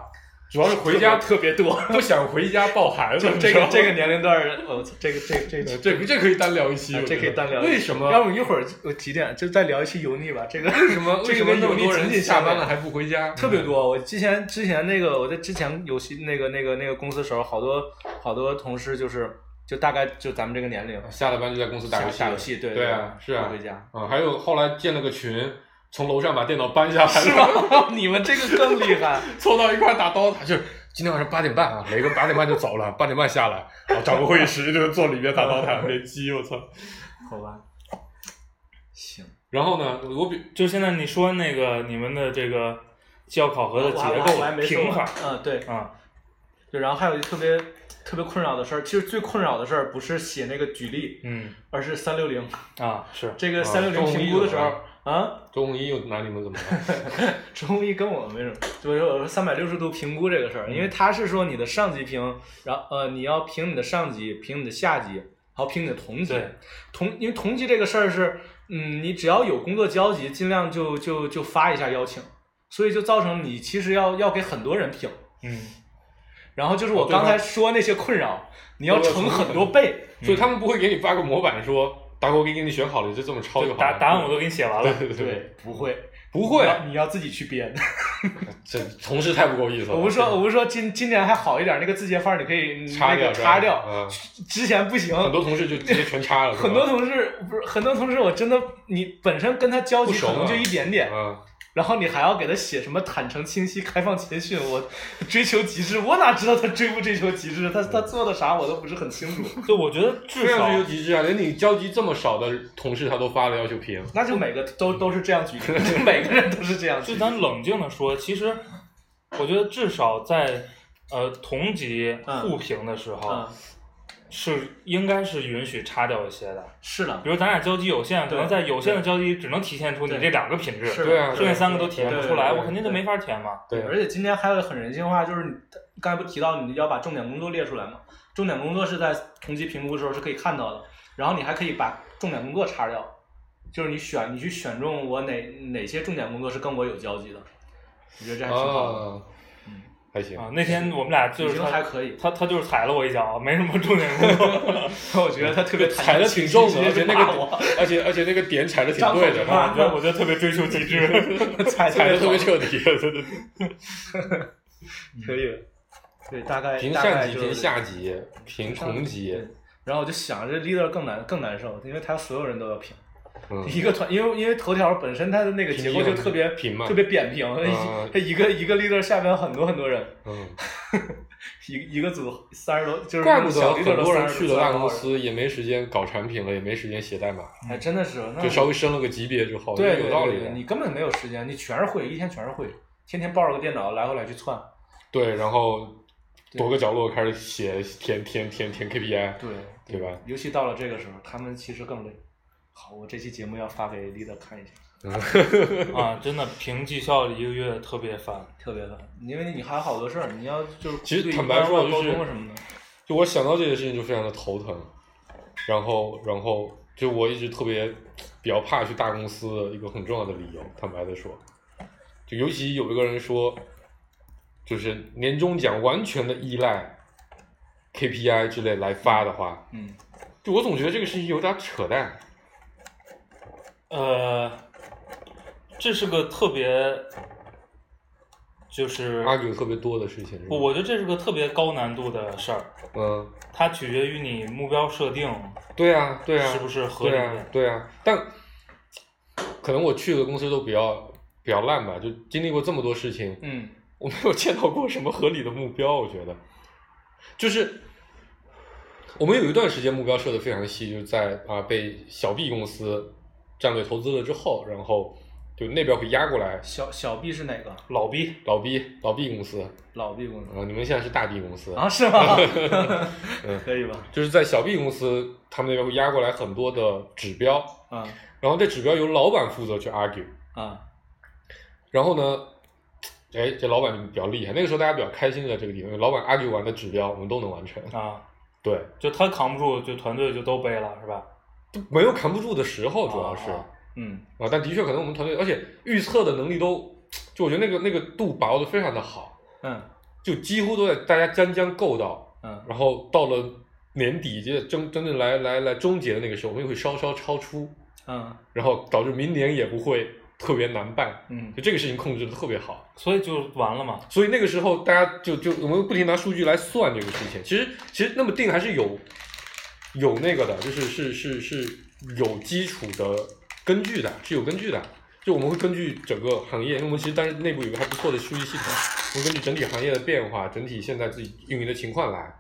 主要是回 家特别多，不想回家抱孩子就。这你知道个吗这个年龄段儿，我操，这个这个这个。这个这可以单聊一期，啊我这觉可以得单聊一期为什么要不一会儿我几点就再聊一期油腻吧？这个为什么为这什个么跟那么油腻多人紧紧下相班连了还不回家？嗯特别多。我之前之前那个我在之前有些那个那个那个公司的时候，好多好多同事就是就大概就咱们这个年龄，下了班就在公司打游戏打游戏，对对啊是啊不回家。啊，还有后来建了个群，从楼上把电脑搬下来了， 你们这个更厉害，凑到一块儿打刀塔，就是今天晚上八点半啊，每个人八点半就走了，八点半下来，啊，找个会议室就坐里面打刀塔，别鸡，我操！好吧？行，然后呢，我比就现在你说那个你们的这个绩效考核的结啊我还我还构没说平完法嗯，对啊，对。然后还有一个特别特别困扰的事儿，其实最困扰的事儿不是写那个举例，嗯而是三六零啊是，这个啊三六零中医评估的时怎么候啊，周鸿祎又拿你们怎么了？中医跟我没什么，就是我说三百六十度评估这个事嗯儿，因为他是说你的上级评，然后呃你要评你的上级，评你的下级，然后评你的同级对。同因为同级这个事儿是，嗯，你只要有工作交集，尽量就就就发一下邀请，所以就造成你其实要要给很多人评，嗯，然后就是我哦对刚才说那些困扰，你要乘很多倍， 所以他们不会给你发个模板说，大哥我给你选好了，你就这么抄就就好了。啊答答案我都给你写完了，对对对，，不会，不会你，要你要自己去编。这同事太不够意思了。我不是说，我不是说今今年还好一点，那个字节范儿你可以嗯插那掉个擦掉，嗯，之前不行，很多同事就直接全插了，是吧很多同事不是很多同事，我真的你本身跟他交集不熟可能啊就一点点，嗯，然后你还要给他写什么坦诚、清晰、开放、谦逊，我追求极致，我哪知道他追不追求极致？他他做的啥我都不是很清楚。就我觉得至非常少追求极致啊！连你交集这么少的同事，他都发了要求评。那就每个都都是这样举 例，就每个人都是这样举就例。咱冷静的说，其实我觉得至少在呃同级嗯互评的时候、嗯，是应该是允许擦掉一些的，是的，比如咱俩交集有限，可对能在有限的交集只能体现出你对这两个品质，是的对啊剩下三个都体现不出来，对对对我肯定就没法填嘛。对，而且今天还有很人性化，就是你刚才不提到你要把重点工作列出来嘛？重点工作是在同级评估的时候是可以看到的，然后你还可以把重点工作叉掉，就是你选你去选中我哪哪些重点工作是跟我有交集的，我觉得这还挺好的，啊，还行啊，那天我们俩就已是经他还可以。他他就是踩了我一脚，没什么重点工 作。我觉得他特别踩得挺重的而且那个而且而且那个点踩的挺对的，张口就骂我觉得我觉得特别追求极致。 个踩踩的特别彻重，底， 真的。可以了。对，大概评哎大上概级，就评是下级，评同级对，然后我就想，这 leader 更难更难受，因为他所有人都要评。嗯，一个团，因为因为头条本身它的那个结构就特别平嘛特别扁平，嗯它 一个一个 leader 下边很多很多人，嗯，一一个组三十多，就是怪不得小很 leader 都多人30去了大公， 30司也没时间搞产品了，也没时间写代码，哎，真的是那就稍微升了个级别之后，对有对道对理对，的。你根本没有时间，你全是会，一天全是会，天天抱着个电脑来回来去窜，对，然后对躲个角落开始写填填填填 KPI，对，对吧？尤其到了这个时候，他们其实更累。好，我这期节目要发给 leader 看一下，啊，真的评绩效一个月特别烦。特别烦，因为你还有好多事儿，你要就是其实对坦白说一般外就是沟通什么的，就我想到这件事情就非常的头疼，然后然后就我一直特别比较怕去大公司的一个很重要的理由，坦白的说，就尤其有一个人说，就是年终奖完全的依赖 KPI 之类来发的话，嗯，就我总觉得这个事情有点扯淡。呃，这是个特别，就是，argue 特别多的事情是吧？不，我觉得这是个特别高难度的事儿，嗯，它取决于你目标设定对啊，对啊，是不是合理对啊，对啊，但可能我去的公司都比较比较烂吧，就经历过这么多事情，嗯我没有见到过什么合理的目标，我觉得，就是我们有一段时间目标设的非常细，就在啊、被小 B 公司战略投资了之后，然后就那边会压过来小小 B 是哪个？老逼，老 B 老 B 公司，老 B 公司啊、你们现在是大 B 公司啊？是吗？嗯 可以吧？就是在小 B 公司，他们那边会压过来很多的指标，嗯啊然后这指标由老板负责去 argue，啊然后呢，哎，这老板就比较厉害。那个时候大家比较开心的这个地方，老板 argue 完的指标我们都能完成。啊，对，就他扛不住，就团队就都背了，是吧？没有扛不住的时候，主要啊是啊啊嗯但的确可能我们团队，而且预测的能力都，就我觉得那个那个度把握的非常的好，嗯就几乎都在大家将将够到，嗯然后到了年底，这真真正来来来终结的那个时候，我们又会稍稍超出，嗯然后导致明年也不会特别难办，嗯就这个事情控制的特别好。所以就完了嘛。所以那个时候大家就就我们不停拿数据来算这个事情，其实其实那么定还是有有那个的，就是是是是有基础的根据的，是有根据的。就我们会根据整个行业，因为我们其实当时内部有个还不错的数据系统，我们根据整体行业的变化，整体现在自己运营的情况来，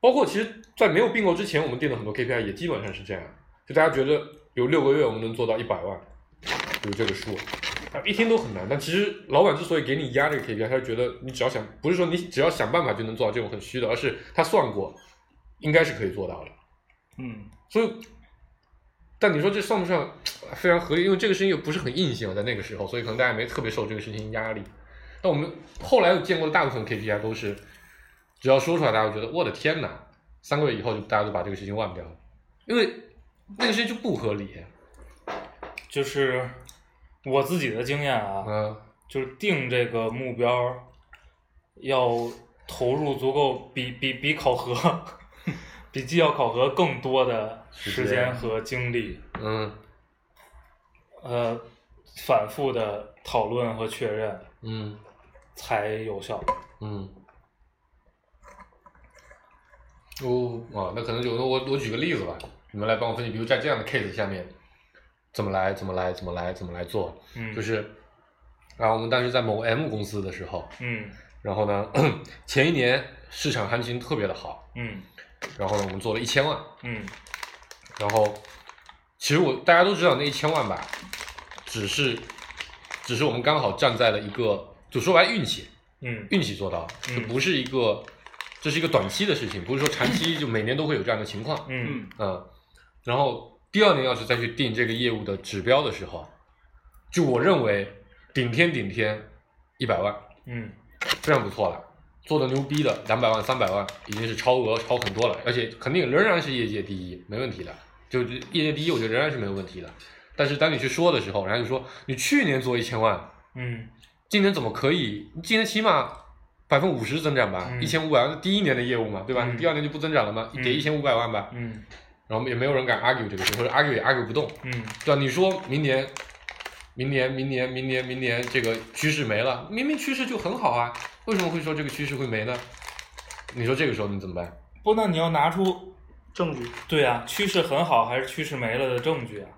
包括其实，在没有并购之前，我们定的很多 KPI 也基本上是这样，就大家觉得有六个月我们能做到一百万，有这个数，啊，一听都很难。但其实老板之所以给你压这个 KPI，他是觉得你只要想，不是说你只要想办法就能做到这种很虚的，而是他算过，应该是可以做到的。嗯所以，但你说这算不算非常合理？因为这个事情又不是很硬性啊，在那个时候，所以可能大家没特别受这个事情压力。但我们后来有见过的大部分 KPI 都是，只要说出来，大家会觉得我的天哪，三个月以后就大家都把这个事情忘掉了，因为那个事情就不合理。就是我自己的经验啊，嗯就是定这个目标，要投入足够比比比考核， 比绩效考核更多的时时间间和精力，嗯呃，反复的讨论和确认嗯才有效。嗯。哦啊，那可能就那我我举个例子吧，你们来帮我分析，比如在这样的 case 下面，怎么来怎么来怎么来怎么来做，嗯，就是，啊，我们当时在某 M 公司的时候，嗯然后呢，前一年市场行情特别的好，嗯然后呢，我们做了一千万，嗯然后其实我大家都知道那一千万吧，只是，只是我们刚好站在了一个，就说白了运气，嗯运气做到，嗯这不是一个，这是一个短期的事情，不是说长期就每年都会有这样的情 况，嗯嗯，然后第二年要是再去定这个业务的指标的时候，就我认为顶天顶天一百万嗯非常不错了，做的牛逼的两百万三百万已经是超额超很多了，而且肯定仍然是业界第一，没问题的，就是业界第一，我觉得仍然是没有问题的。但是当你去说的时候，人家就说你去年做一千万，嗯今年怎么可以？今年起码百分之五十增长吧，嗯一千五百万是第一年的业务嘛，对吧？嗯你第二年就不增长了吗？嗯给一千五百万吧，嗯然后也没有人敢 argue 这个事，或者 argue 也 argue 不动，嗯对吧？你说明年，明年，明年，明年，明年这个趋势没了，明明趋势就很好啊，为什么会说这个趋势会没呢？你说这个时候你怎么办？不，那你要拿出证据对啊，趋势很好还是趋势没了的证据啊？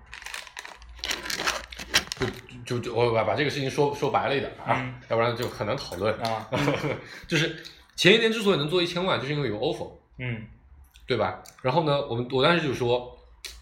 就就我把把这个事情说说白了一点啊，嗯要不然就很难讨论。啊，就是前一年之所以能做一千万，就是因为有 offer，嗯对吧？然后呢，我们我当时就说，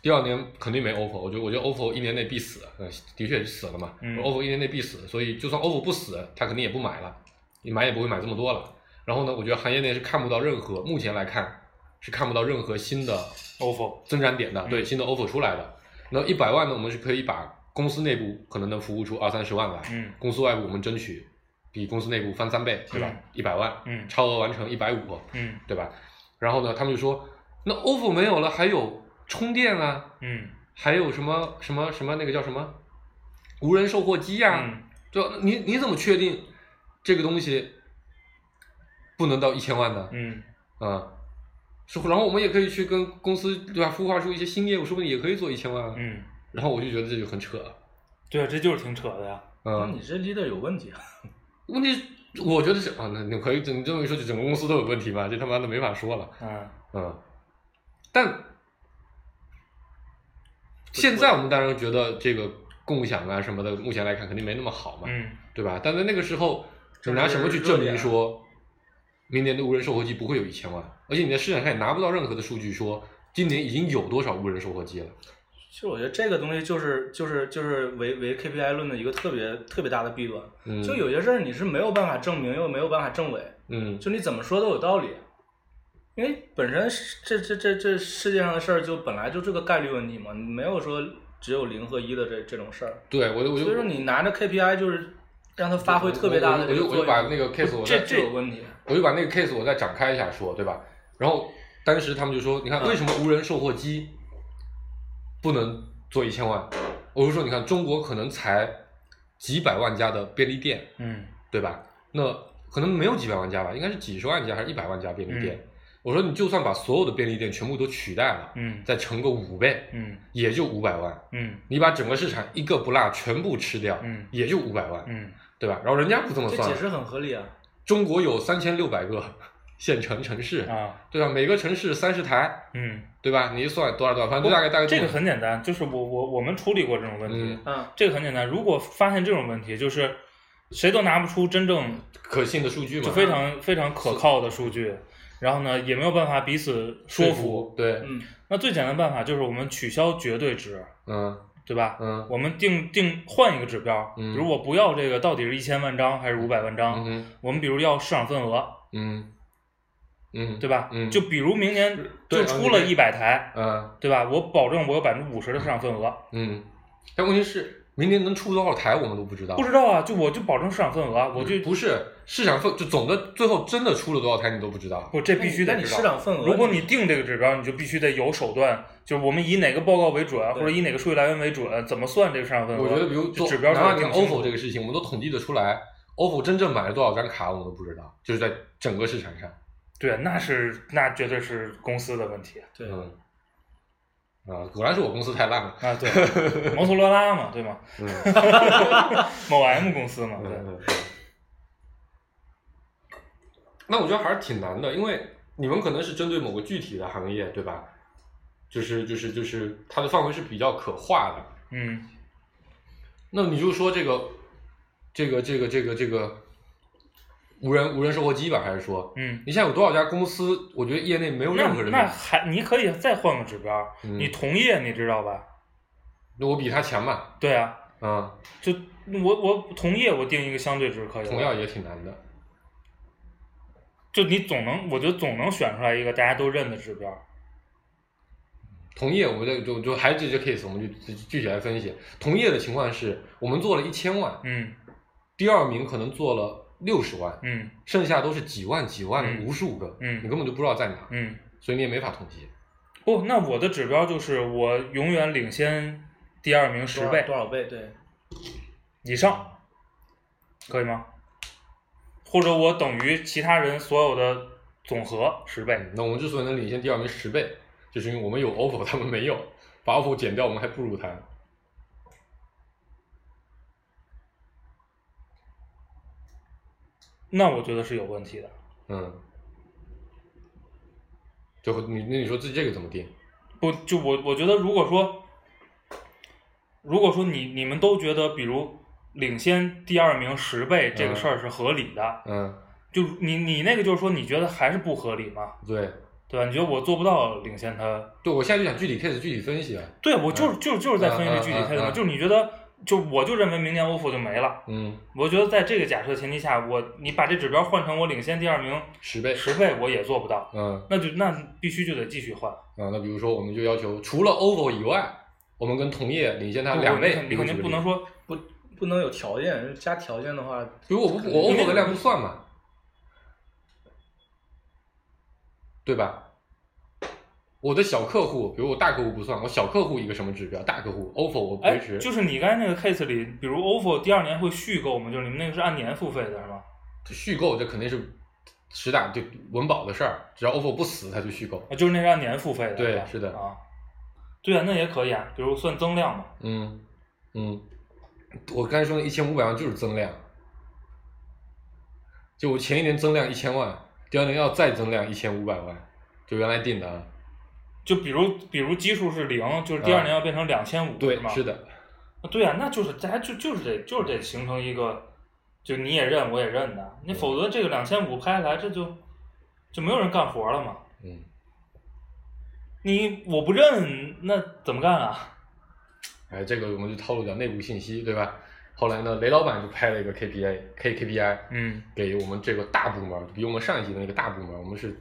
第二年肯定没 offer，我觉得我觉得 offer 一年内必死，嗯，的确是死了嘛、嗯 o f f e r 一年内必死，所以就算 offer 不死，他肯定也不买了，你买也不会买这么多了。然后呢，我觉得行业内是看不到任何，目前来看是看不到任何新的，offer，增长点的，嗯对，新的 offer 出来的。那一百万呢，我们是可以把公司内部可能能服务出二三十万来，嗯公司外部我们争取比公司内部翻三倍，对吧嗯？一百、万，嗯超额完成一百五，嗯对吧？然后呢，他们就说，那 OFO 没有了，还有充电啊，嗯还有什么什么什么那个叫什么无人售货机呀、嗯对啊吧？你你怎么确定这个东西不能到一千万呢？嗯啊、是，然后我们也可以去跟公司对吧，孵化出一些新业务，说不定也可以做一千万啊。嗯然后我就觉得这就很扯，对啊，这就是挺扯的呀。那嗯，你这 leader 有问题啊？问题是我觉得是啊，那你可以你这么一说，就整个公司都有问题吧？这他妈的没法说了。嗯嗯，但现在我们当然觉得这个共享啊什么的，目前来看肯定没那么好嘛，嗯对吧？但在那个时候，这你拿什么去证是热点明啊说，明年的无人售货机不会有一千万？而且你在市场上也拿不到任何的数据说，今年已经有多少无人售货机了？其实我觉得这个东西就是就是就是为为 KPI 论的一个特别特别大的弊端，嗯，就有些事儿你是没有办法证明又没有办法证伪，嗯就你怎么说都有道理，啊因为本身是这这这这世界上的事儿就本来就这个概率问题嘛，你没有说只有零和一的这这种事儿，对我就我所就以说你拿着 KPI 就是让它发挥特别大的我这就个我就作用，把那个 case 我再这这有问题，我就把那个 case 我再展开一下说，对吧？然后当时他们就说，你看嗯为什么无人售货机不能做一千万？我就说，你看中国可能才几百万家的便利店，嗯对吧？那可能没有几百万家吧，应该是几十万家还是一百万家便利店？我说你就算把所有的便利店全部都取代了，嗯再乘个五倍，嗯也就五百万。嗯你把整个市场一个不落全部吃掉，嗯也就五百万，嗯对吧？然后人家不这么这算，解释很合理啊。中国有三千六百个 县城城市，啊对吧？每个城市三十台，嗯，对吧？你一算多少多少，反正就大概大概这么个很简单，就是我我我们处理过这种问题，嗯嗯，这个很简单。如果发现这种问题，就是谁都拿不出真正可信的数据嘛，就非常非常可靠的数据，然后呢也没有办法彼此说说服。服，对，嗯，那最简单的办法就是我们取消绝对值，嗯对吧？嗯我们定定换一个指标，嗯比如我不要这个到底是一千万张还是五百万张，嗯哼我们比如要市场份额，嗯嗯，对吧？嗯就比如明年对就出了嗯一百台，嗯对吧？我保证我有百分之五十的市场份额，嗯，但问题是明年能出多少台我们都不知道，不知道啊，就我就保证市场份额，啊我就不是市场份就总的最后真的出了多少台你都不知道，我这必须那得你知市道。场份额，如果你定这个指标，你就必须得有手段，就是我们以哪个报告为准，啊或者以哪个数据来源为准，怎么算这个市场份额？我觉得比如这做指标哪怕是你定 OFO 这个事情，我们都统计得出来，OFO 真正买了多少张卡我们都不知道，就是在整个市场上。对，那是那绝对是公司的 问题对，嗯，啊，果然是我公司太烂了。啊，对，摩托罗拉嘛，对吗？嗯 某 M 公司嘛，对，嗯。那我觉得还是挺难的，因为你们可能是针对某个具体的行业，对吧？就是就是就是它的范围是比较可化的。嗯那你就说这个这个这个这个这个无人无人售货机吧，还是说嗯，你现在有多少家公司？我觉得业内没有那任何人那能，还你可以再换个指标，嗯你同业你知道吧？那我比他强嘛，对啊，啊、就我我同业我定一个相对值可以了，同样也挺难的。就你总能，我觉得总能选出来一个大家都认的指标。同业，我们就就就还是这些 case，我们就具体来分析。同业的情况是我们做了一千万，嗯第二名可能做了六十万，嗯剩下都是几万、几万、嗯无数个，嗯你根本就不知道在哪，嗯，所以你也没法统计。不，那我的指标就是我永远领先第二名多十少倍多少倍？对，以上，可以吗？或者我等于其他人所有的总和十倍。那我们之所以能领先第二名十倍，就是因为我们有 OPPO，他们没有，把 OPPO 减掉，我们还不如他。那我觉得是有问题的。嗯，就和你那你说这这个怎么定？不，就我我觉得，如果说，如果说你你们都觉得，比如领先第二名十倍这个嗯事儿是合理的，嗯，就你你那个就是说，你觉得还是不合理嘛，对，对吧？你觉得我做不到领先他？对我现在就想具体 case 具体分析啊。对，我嗯就是、就是就是在分析这具体嗯嗯态度嘛，嗯就是你觉得，就我就认为明年 OFO 就没了。嗯，我觉得在这个假设前提下，我你把这指标换成我领先第二名十倍。十倍，我也做不到，嗯。那就那必须就得继续换。啊，那比如说我们就要求除了 OPPO 以外，我们跟同业领先它两倍。哦你肯定不能说，说不不能有条件，加条件的话，比如我不我 OPPO 的量不算嘛，对吧？我的小客户，比如我大客户不算，我小客户一个什么指标，大客户 OPPO 我哎维，持。就是你刚才那个 case 里，比如 OFO 第二年会续购吗？就是你们那个是按年付费的是吗？续购这肯定是实打就文保的事儿，只要 OPPO 不死，它就续购。啊，就是那是按年付费的。对吧是的啊，对啊，那也可以啊，比如算增量嘛，嗯嗯，我刚才说的一千五百万就是增量，就我前一年增量一千万，第二年要再增量一千五百万，就原来定的啊。就比如比如基数是零，就是第二年要变成两千五，对是，吗？是的，对呀、那就是大家就就是得就是得形成一个，就你也认我也认的，你否则这个两千五拍下来，这就就没有人干活了嘛。嗯，你我不认，那怎么干啊？哎，这个我们就透露点内部信息，对吧？后来呢，雷老板就拍了一个 KPI K KPI，嗯给我们这个大部门，比我们上一级的那个大部门，我们是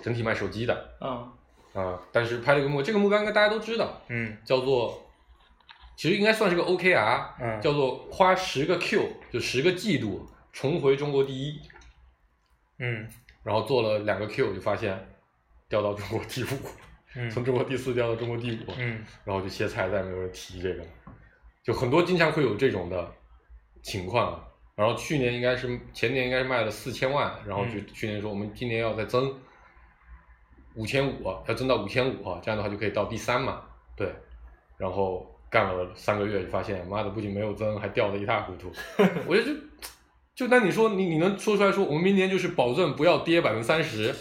整体卖手机的嗯啊、但是拍了一个目标，这个目标应该大家都知道，嗯叫做，其实应该算是个 OKR，嗯叫做花十个 Q，就十个季度重回中国第一，嗯然后做了两个 Q，就发现掉到中国第五，从嗯中国第四掉到中国第五，嗯然后就歇菜，再也没有人提这个了。就很多经常会有这种的情况啊。然后去年应该是前年应该是卖了四千万，然后去、去年说我们今年要再增五千五，要增到五千五啊，这样的话就可以到第三嘛。对，然后干了三个月就发现，妈的，不仅没有增，还掉的一塌糊涂。我觉得就就那你说你你能说出来说我们明年就是保证不要跌百分之三十，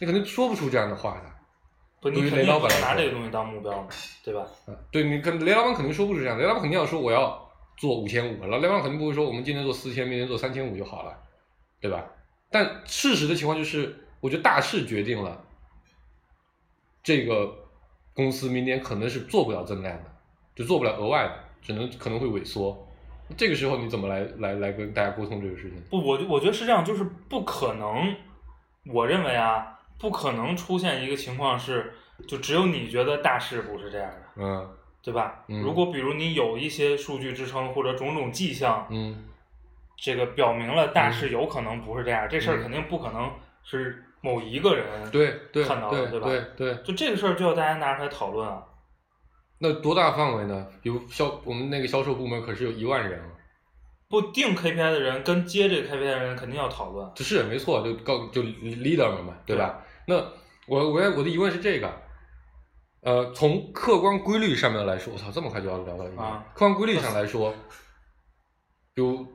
你肯定说不出这样的话的。不，对你于肯雷定老不板能来拿说这个东西当目标嘛，对吧？啊，对你跟雷老板肯定说不出这样，雷老板肯定要说我要做五千五，然后雷老板肯定不会说我们今天做四千，明天做三千五就好了，对吧？但事实的情况就是，我觉得大势决定了这个公司明年可能是做不了增量的，就做不了额外的，只能可能会萎缩。这个时候你怎么来来来跟大家沟通这个事情？不，我我觉得是这样，就是不可能，我认为啊，不可能出现一个情况是，就只有你觉得大势不是这样的，嗯对吧？嗯如果比如你有一些数据支撑或者种种迹象，嗯这个表明了大势有可能不是这样，这事儿嗯肯定不可能是某一个人，对对看到了对对吧对对，就这个事儿就要大家拿出来讨论啊。那多大范围呢？比如销我们那个销售部门可是有一万人啊。不定 KPI 的人跟接这个 KPI 的人肯定要讨论，这是没错，就高就 leader 们嘛，对吧？那我我我的疑问是这个，呃，从客观规律上面来说，我操，这么快就要聊到一个、啊客观规律上来说，比如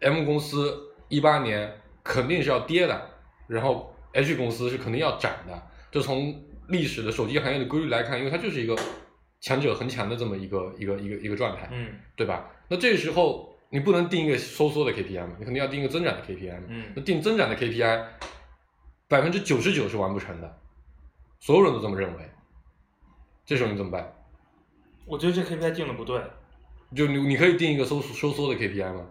M 公司一八年肯定是要跌的，然后 H 公司是肯定要涨的，就从历史的手机行业的规律来看，因为它就是一个强者恒强的这么一个一个一个一个状态，嗯对吧？那这时候你不能定一个收缩的 KPI 嘛，你肯定要定一个增长的 KPI 嘛。嗯那定增长的 KPI，百分之九十九是完不成的，所有人都这么认为。这时候你怎么办？我觉得这 KPI 定的不对，就你你可以定一个收缩收缩的 KPI 吗？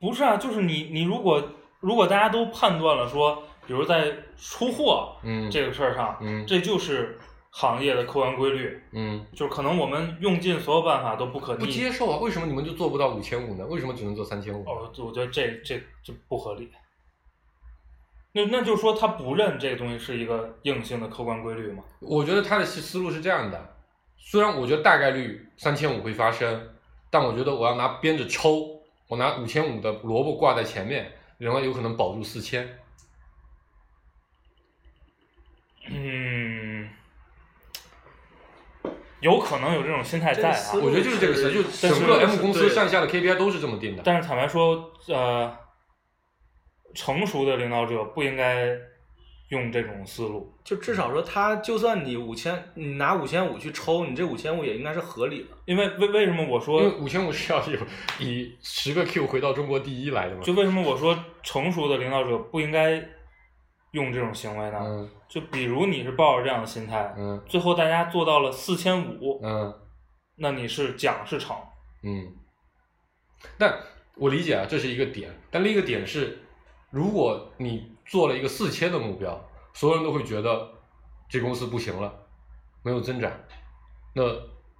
不是啊，就是你你如果如果大家都判断了说，比如在出货嗯，这个事儿上，嗯这就是行业的客观规律，嗯就是可能我们用尽所有办法都不可逆。不接受啊！为什么你们就做不到五千五呢？为什么只能做三千五？哦，我觉得这这这不合理。那那就是说他不认这个东西是一个硬性的客观规律嘛？我觉得他的思思路是这样的，虽然我觉得大概率三千五会发生，但我觉得我要拿鞭子抽，我拿五千五的萝卜挂在前面，然后有可能保住四千。嗯，有可能有这种心态这在啊。个思路我觉得就是这个词，就整但是个 M 公对司上下的 KPI 都是这么定的。但是坦白说，呃，成熟的领导者不应该用这种思路。就至少说他就算你五千，你拿五千五去抽，你这五千五也应该是合理的。因为为为什么我因为说，五千五是 要有以十个 Q 回到中国第一来的嘛？就为什么我说成熟的领导者不应该用这种行为呢？嗯就比如你是抱着这样的心态，嗯最后大家做到了四千五，嗯那你是讲是成，嗯。但我理解啊，这是一个点，但另一个点是，如果你做了一个四千的目标，所有人都会觉得这公司不行了，没有增长，那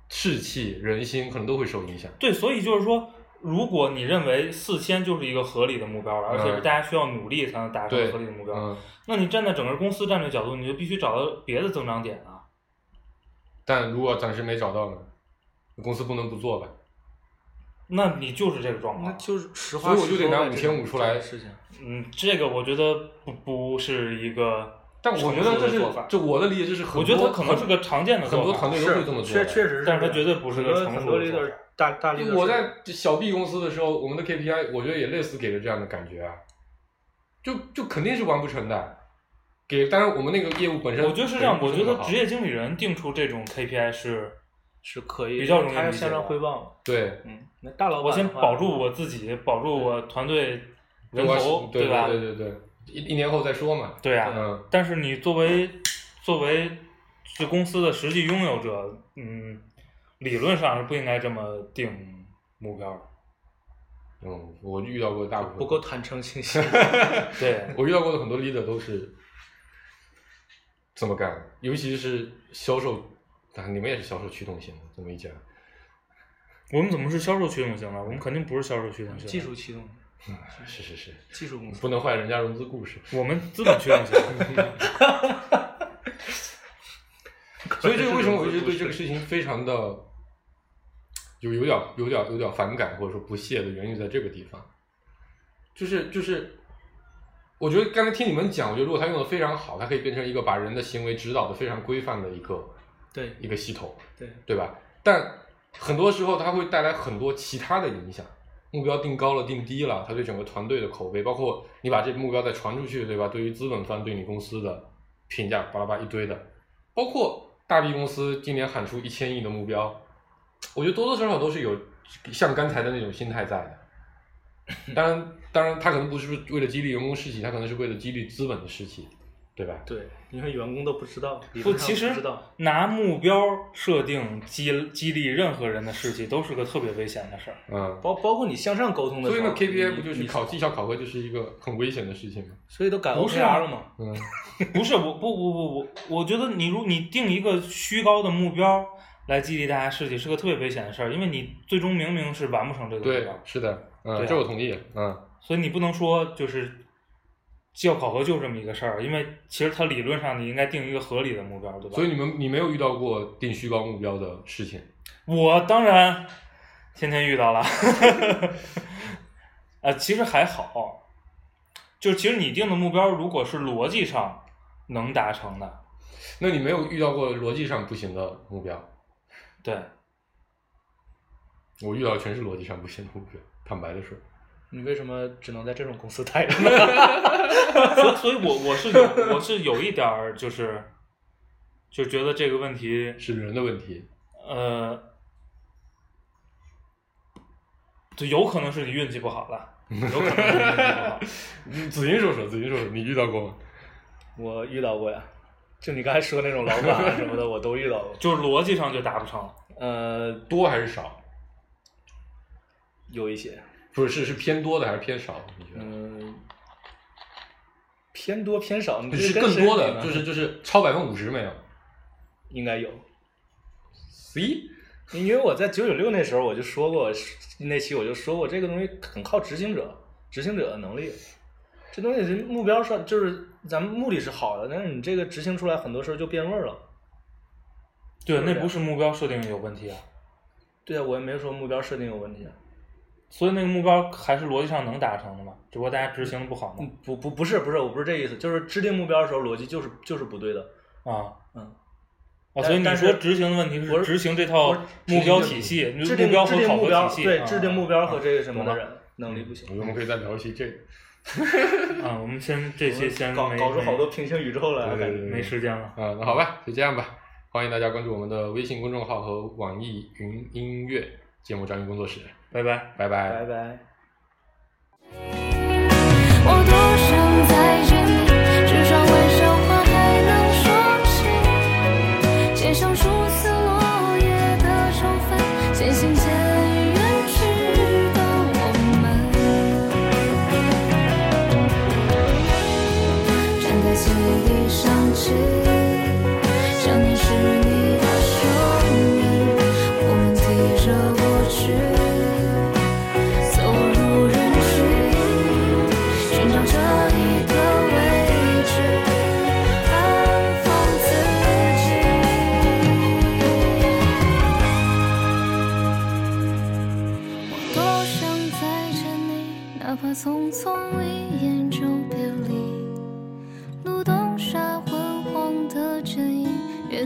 士气、人心可能都会受影响。对，所以就是说，如果你认为四千就是一个合理的目标了，而且是嗯大家需要努力才能达成对合理的目标，嗯，那你站在整个公司战略角度，你就必须找到别的增长点啊。但如果暂时没找到呢，公司不能不做吧？那你就是这个状那况。嗯就是实所话以实我说呗。就得拿这种55出来事情。嗯，这个我觉得不不是一个但我觉得这是成熟的做法这我的理解，就是很多我觉得他可能是个常见的很做多法团队都会这么做确的。确实是这但样，是他绝对不是很个多成熟很多的做 leader 法大大 leader，我在小 B 公司的时候，我们的 KPI 我觉得也类似给了这样的感觉啊，就就肯定是完不成的。给，当然我们那个业务本身，我觉得是这样，我觉得职业业经理人定出这种 KPI 是，是可以比较容易他要理解向上的汇报，对嗯，那大老板我先的话保住我自己，保住我团队人头，对吧？对对对，一一年后再说嘛。对啊，嗯，但是你作为作为这公司的实际拥有者，嗯，理论上是不应该这么定目标的。嗯，我遇到过大部分不够，坦 诚信息，对，我遇到过的很多 leader 都是这么干的，尤其是销售，啊，你们也是销售驱动型的，这么一讲，我们怎么是销售驱动型了？我们肯定不是销售驱动型，技术驱动， 嗯，是是是，技术公司不能坏人家融资故事。我们资本驱动型。 所以这个为什么我一直对这个事情非常的有有点有点有点反感或者说不屑的原因在这个地方，就是就是，我觉得刚才听你们讲，我觉得如果他用的非常好，它可以变成一个把人的行为指导的非常规范的一个对一个系统，对对吧？但很多时候它会带来很多其他的影响。目标定高了，定低了，它对整个团队的口碑，包括你把这个目标再传出去，对吧？对于资本方对你公司的评价，巴拉巴拉一堆的，包括大 B 公司今年喊出一千亿的目标，我觉得多多少少都是有像刚才的那种心态在的。当然，当然，他可能不是为了激励员工士气，他可能是为了激励资本的士气，对吧？对，因为员工都不知道，理不，论上其实知道，拿目标设定激激励任何人的士气，都是个特别危险的事儿。嗯，包包括你向上沟通的所以时候呢，KPI 不就你是你考绩效考核，就是一个很危险的事情吗？所以都改不 OKR 是啊了嘛？嗯， 不是，我不不不我，我觉得你如你定一个虚高的目标来激励大家士气，是个特别危险的事儿，因为你最终明明是完不成这个目对标，，是的，嗯，对啊这我同意，嗯，所以你不能说就是绩效考核就这么一个事儿，因为其实它理论上你应该定一个合理的目标，对吧？所以你们你没有遇到过定虚高目标的事情，我当然天天遇到了， 呃，其实还好，就其实你定的目标，如果是逻辑上能达成的，那你没有遇到过逻辑上不行的目标？ 对，我遇到的全是逻辑上不行的目标， 坦白的说，你为什么只能在这种公司待着？所以所以我我是有我是有一点儿就是就觉得这个问题是人的问题。 呃，就有可能是你运气不好了，有可能是你运气不好。嗯子英说说，子英说说，你遇到过吗？我遇到过呀，就你刚才说那种老板 啊什么的，我都遇到过。就是逻辑上就达不成了。呃，多还是少？有一些，不是，是偏多的还是偏少的？你觉得？嗯，偏多偏少，你就这是跟更谁多比的，呢就是就是超百分之五十没有应该有， ？C，因为我在九九六那时候我就说过，是那期我就说过，这个东西很靠执行者，执行者的能力。这东西是目标上就是咱们目的是好的，但是你这个执行出来很多时候就变味儿了。对，那对不是目标设定有问题啊，对啊，我也没说目标设定有问题啊。所以那个目标还是逻辑上能达成的嘛，只不过大家执行的不好嘛嗯。，不不不是不是，我不是这意思，就是制定目标的时候逻辑就是就是不对的。啊，嗯，啊，但所以你但说是执行的问题我是是执行这套我是目标制定体系、制目定标制和定考目标核体系，对啊制定目标和这个什么懂嗯的了人能力不行我。们可以再聊一期这个。啊，我们先这期先搞没搞出没好多平行宇宙来，对感对觉对，没时间了。啊、那好吧，就这样吧。欢迎大家关注我们的微信公众号和网易云音乐节目“张云工作室拜拜。”，拜拜。拜拜。我独身在这里，至少温柔话还能说起。街上初次落叶的愁烦，渐行渐远时的我们，站在记忆上起，想念是你的生命，无人提着过去。走入人群，寻找着一个位置安放自己。我多想再见你，哪怕匆匆一眼就别离。路灯下，我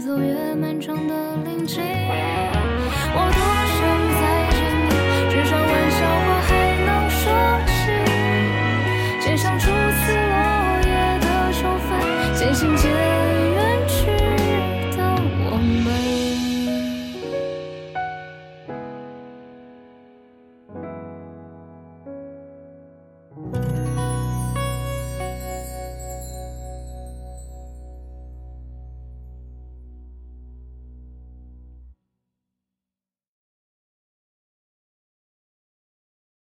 走越漫长的林径。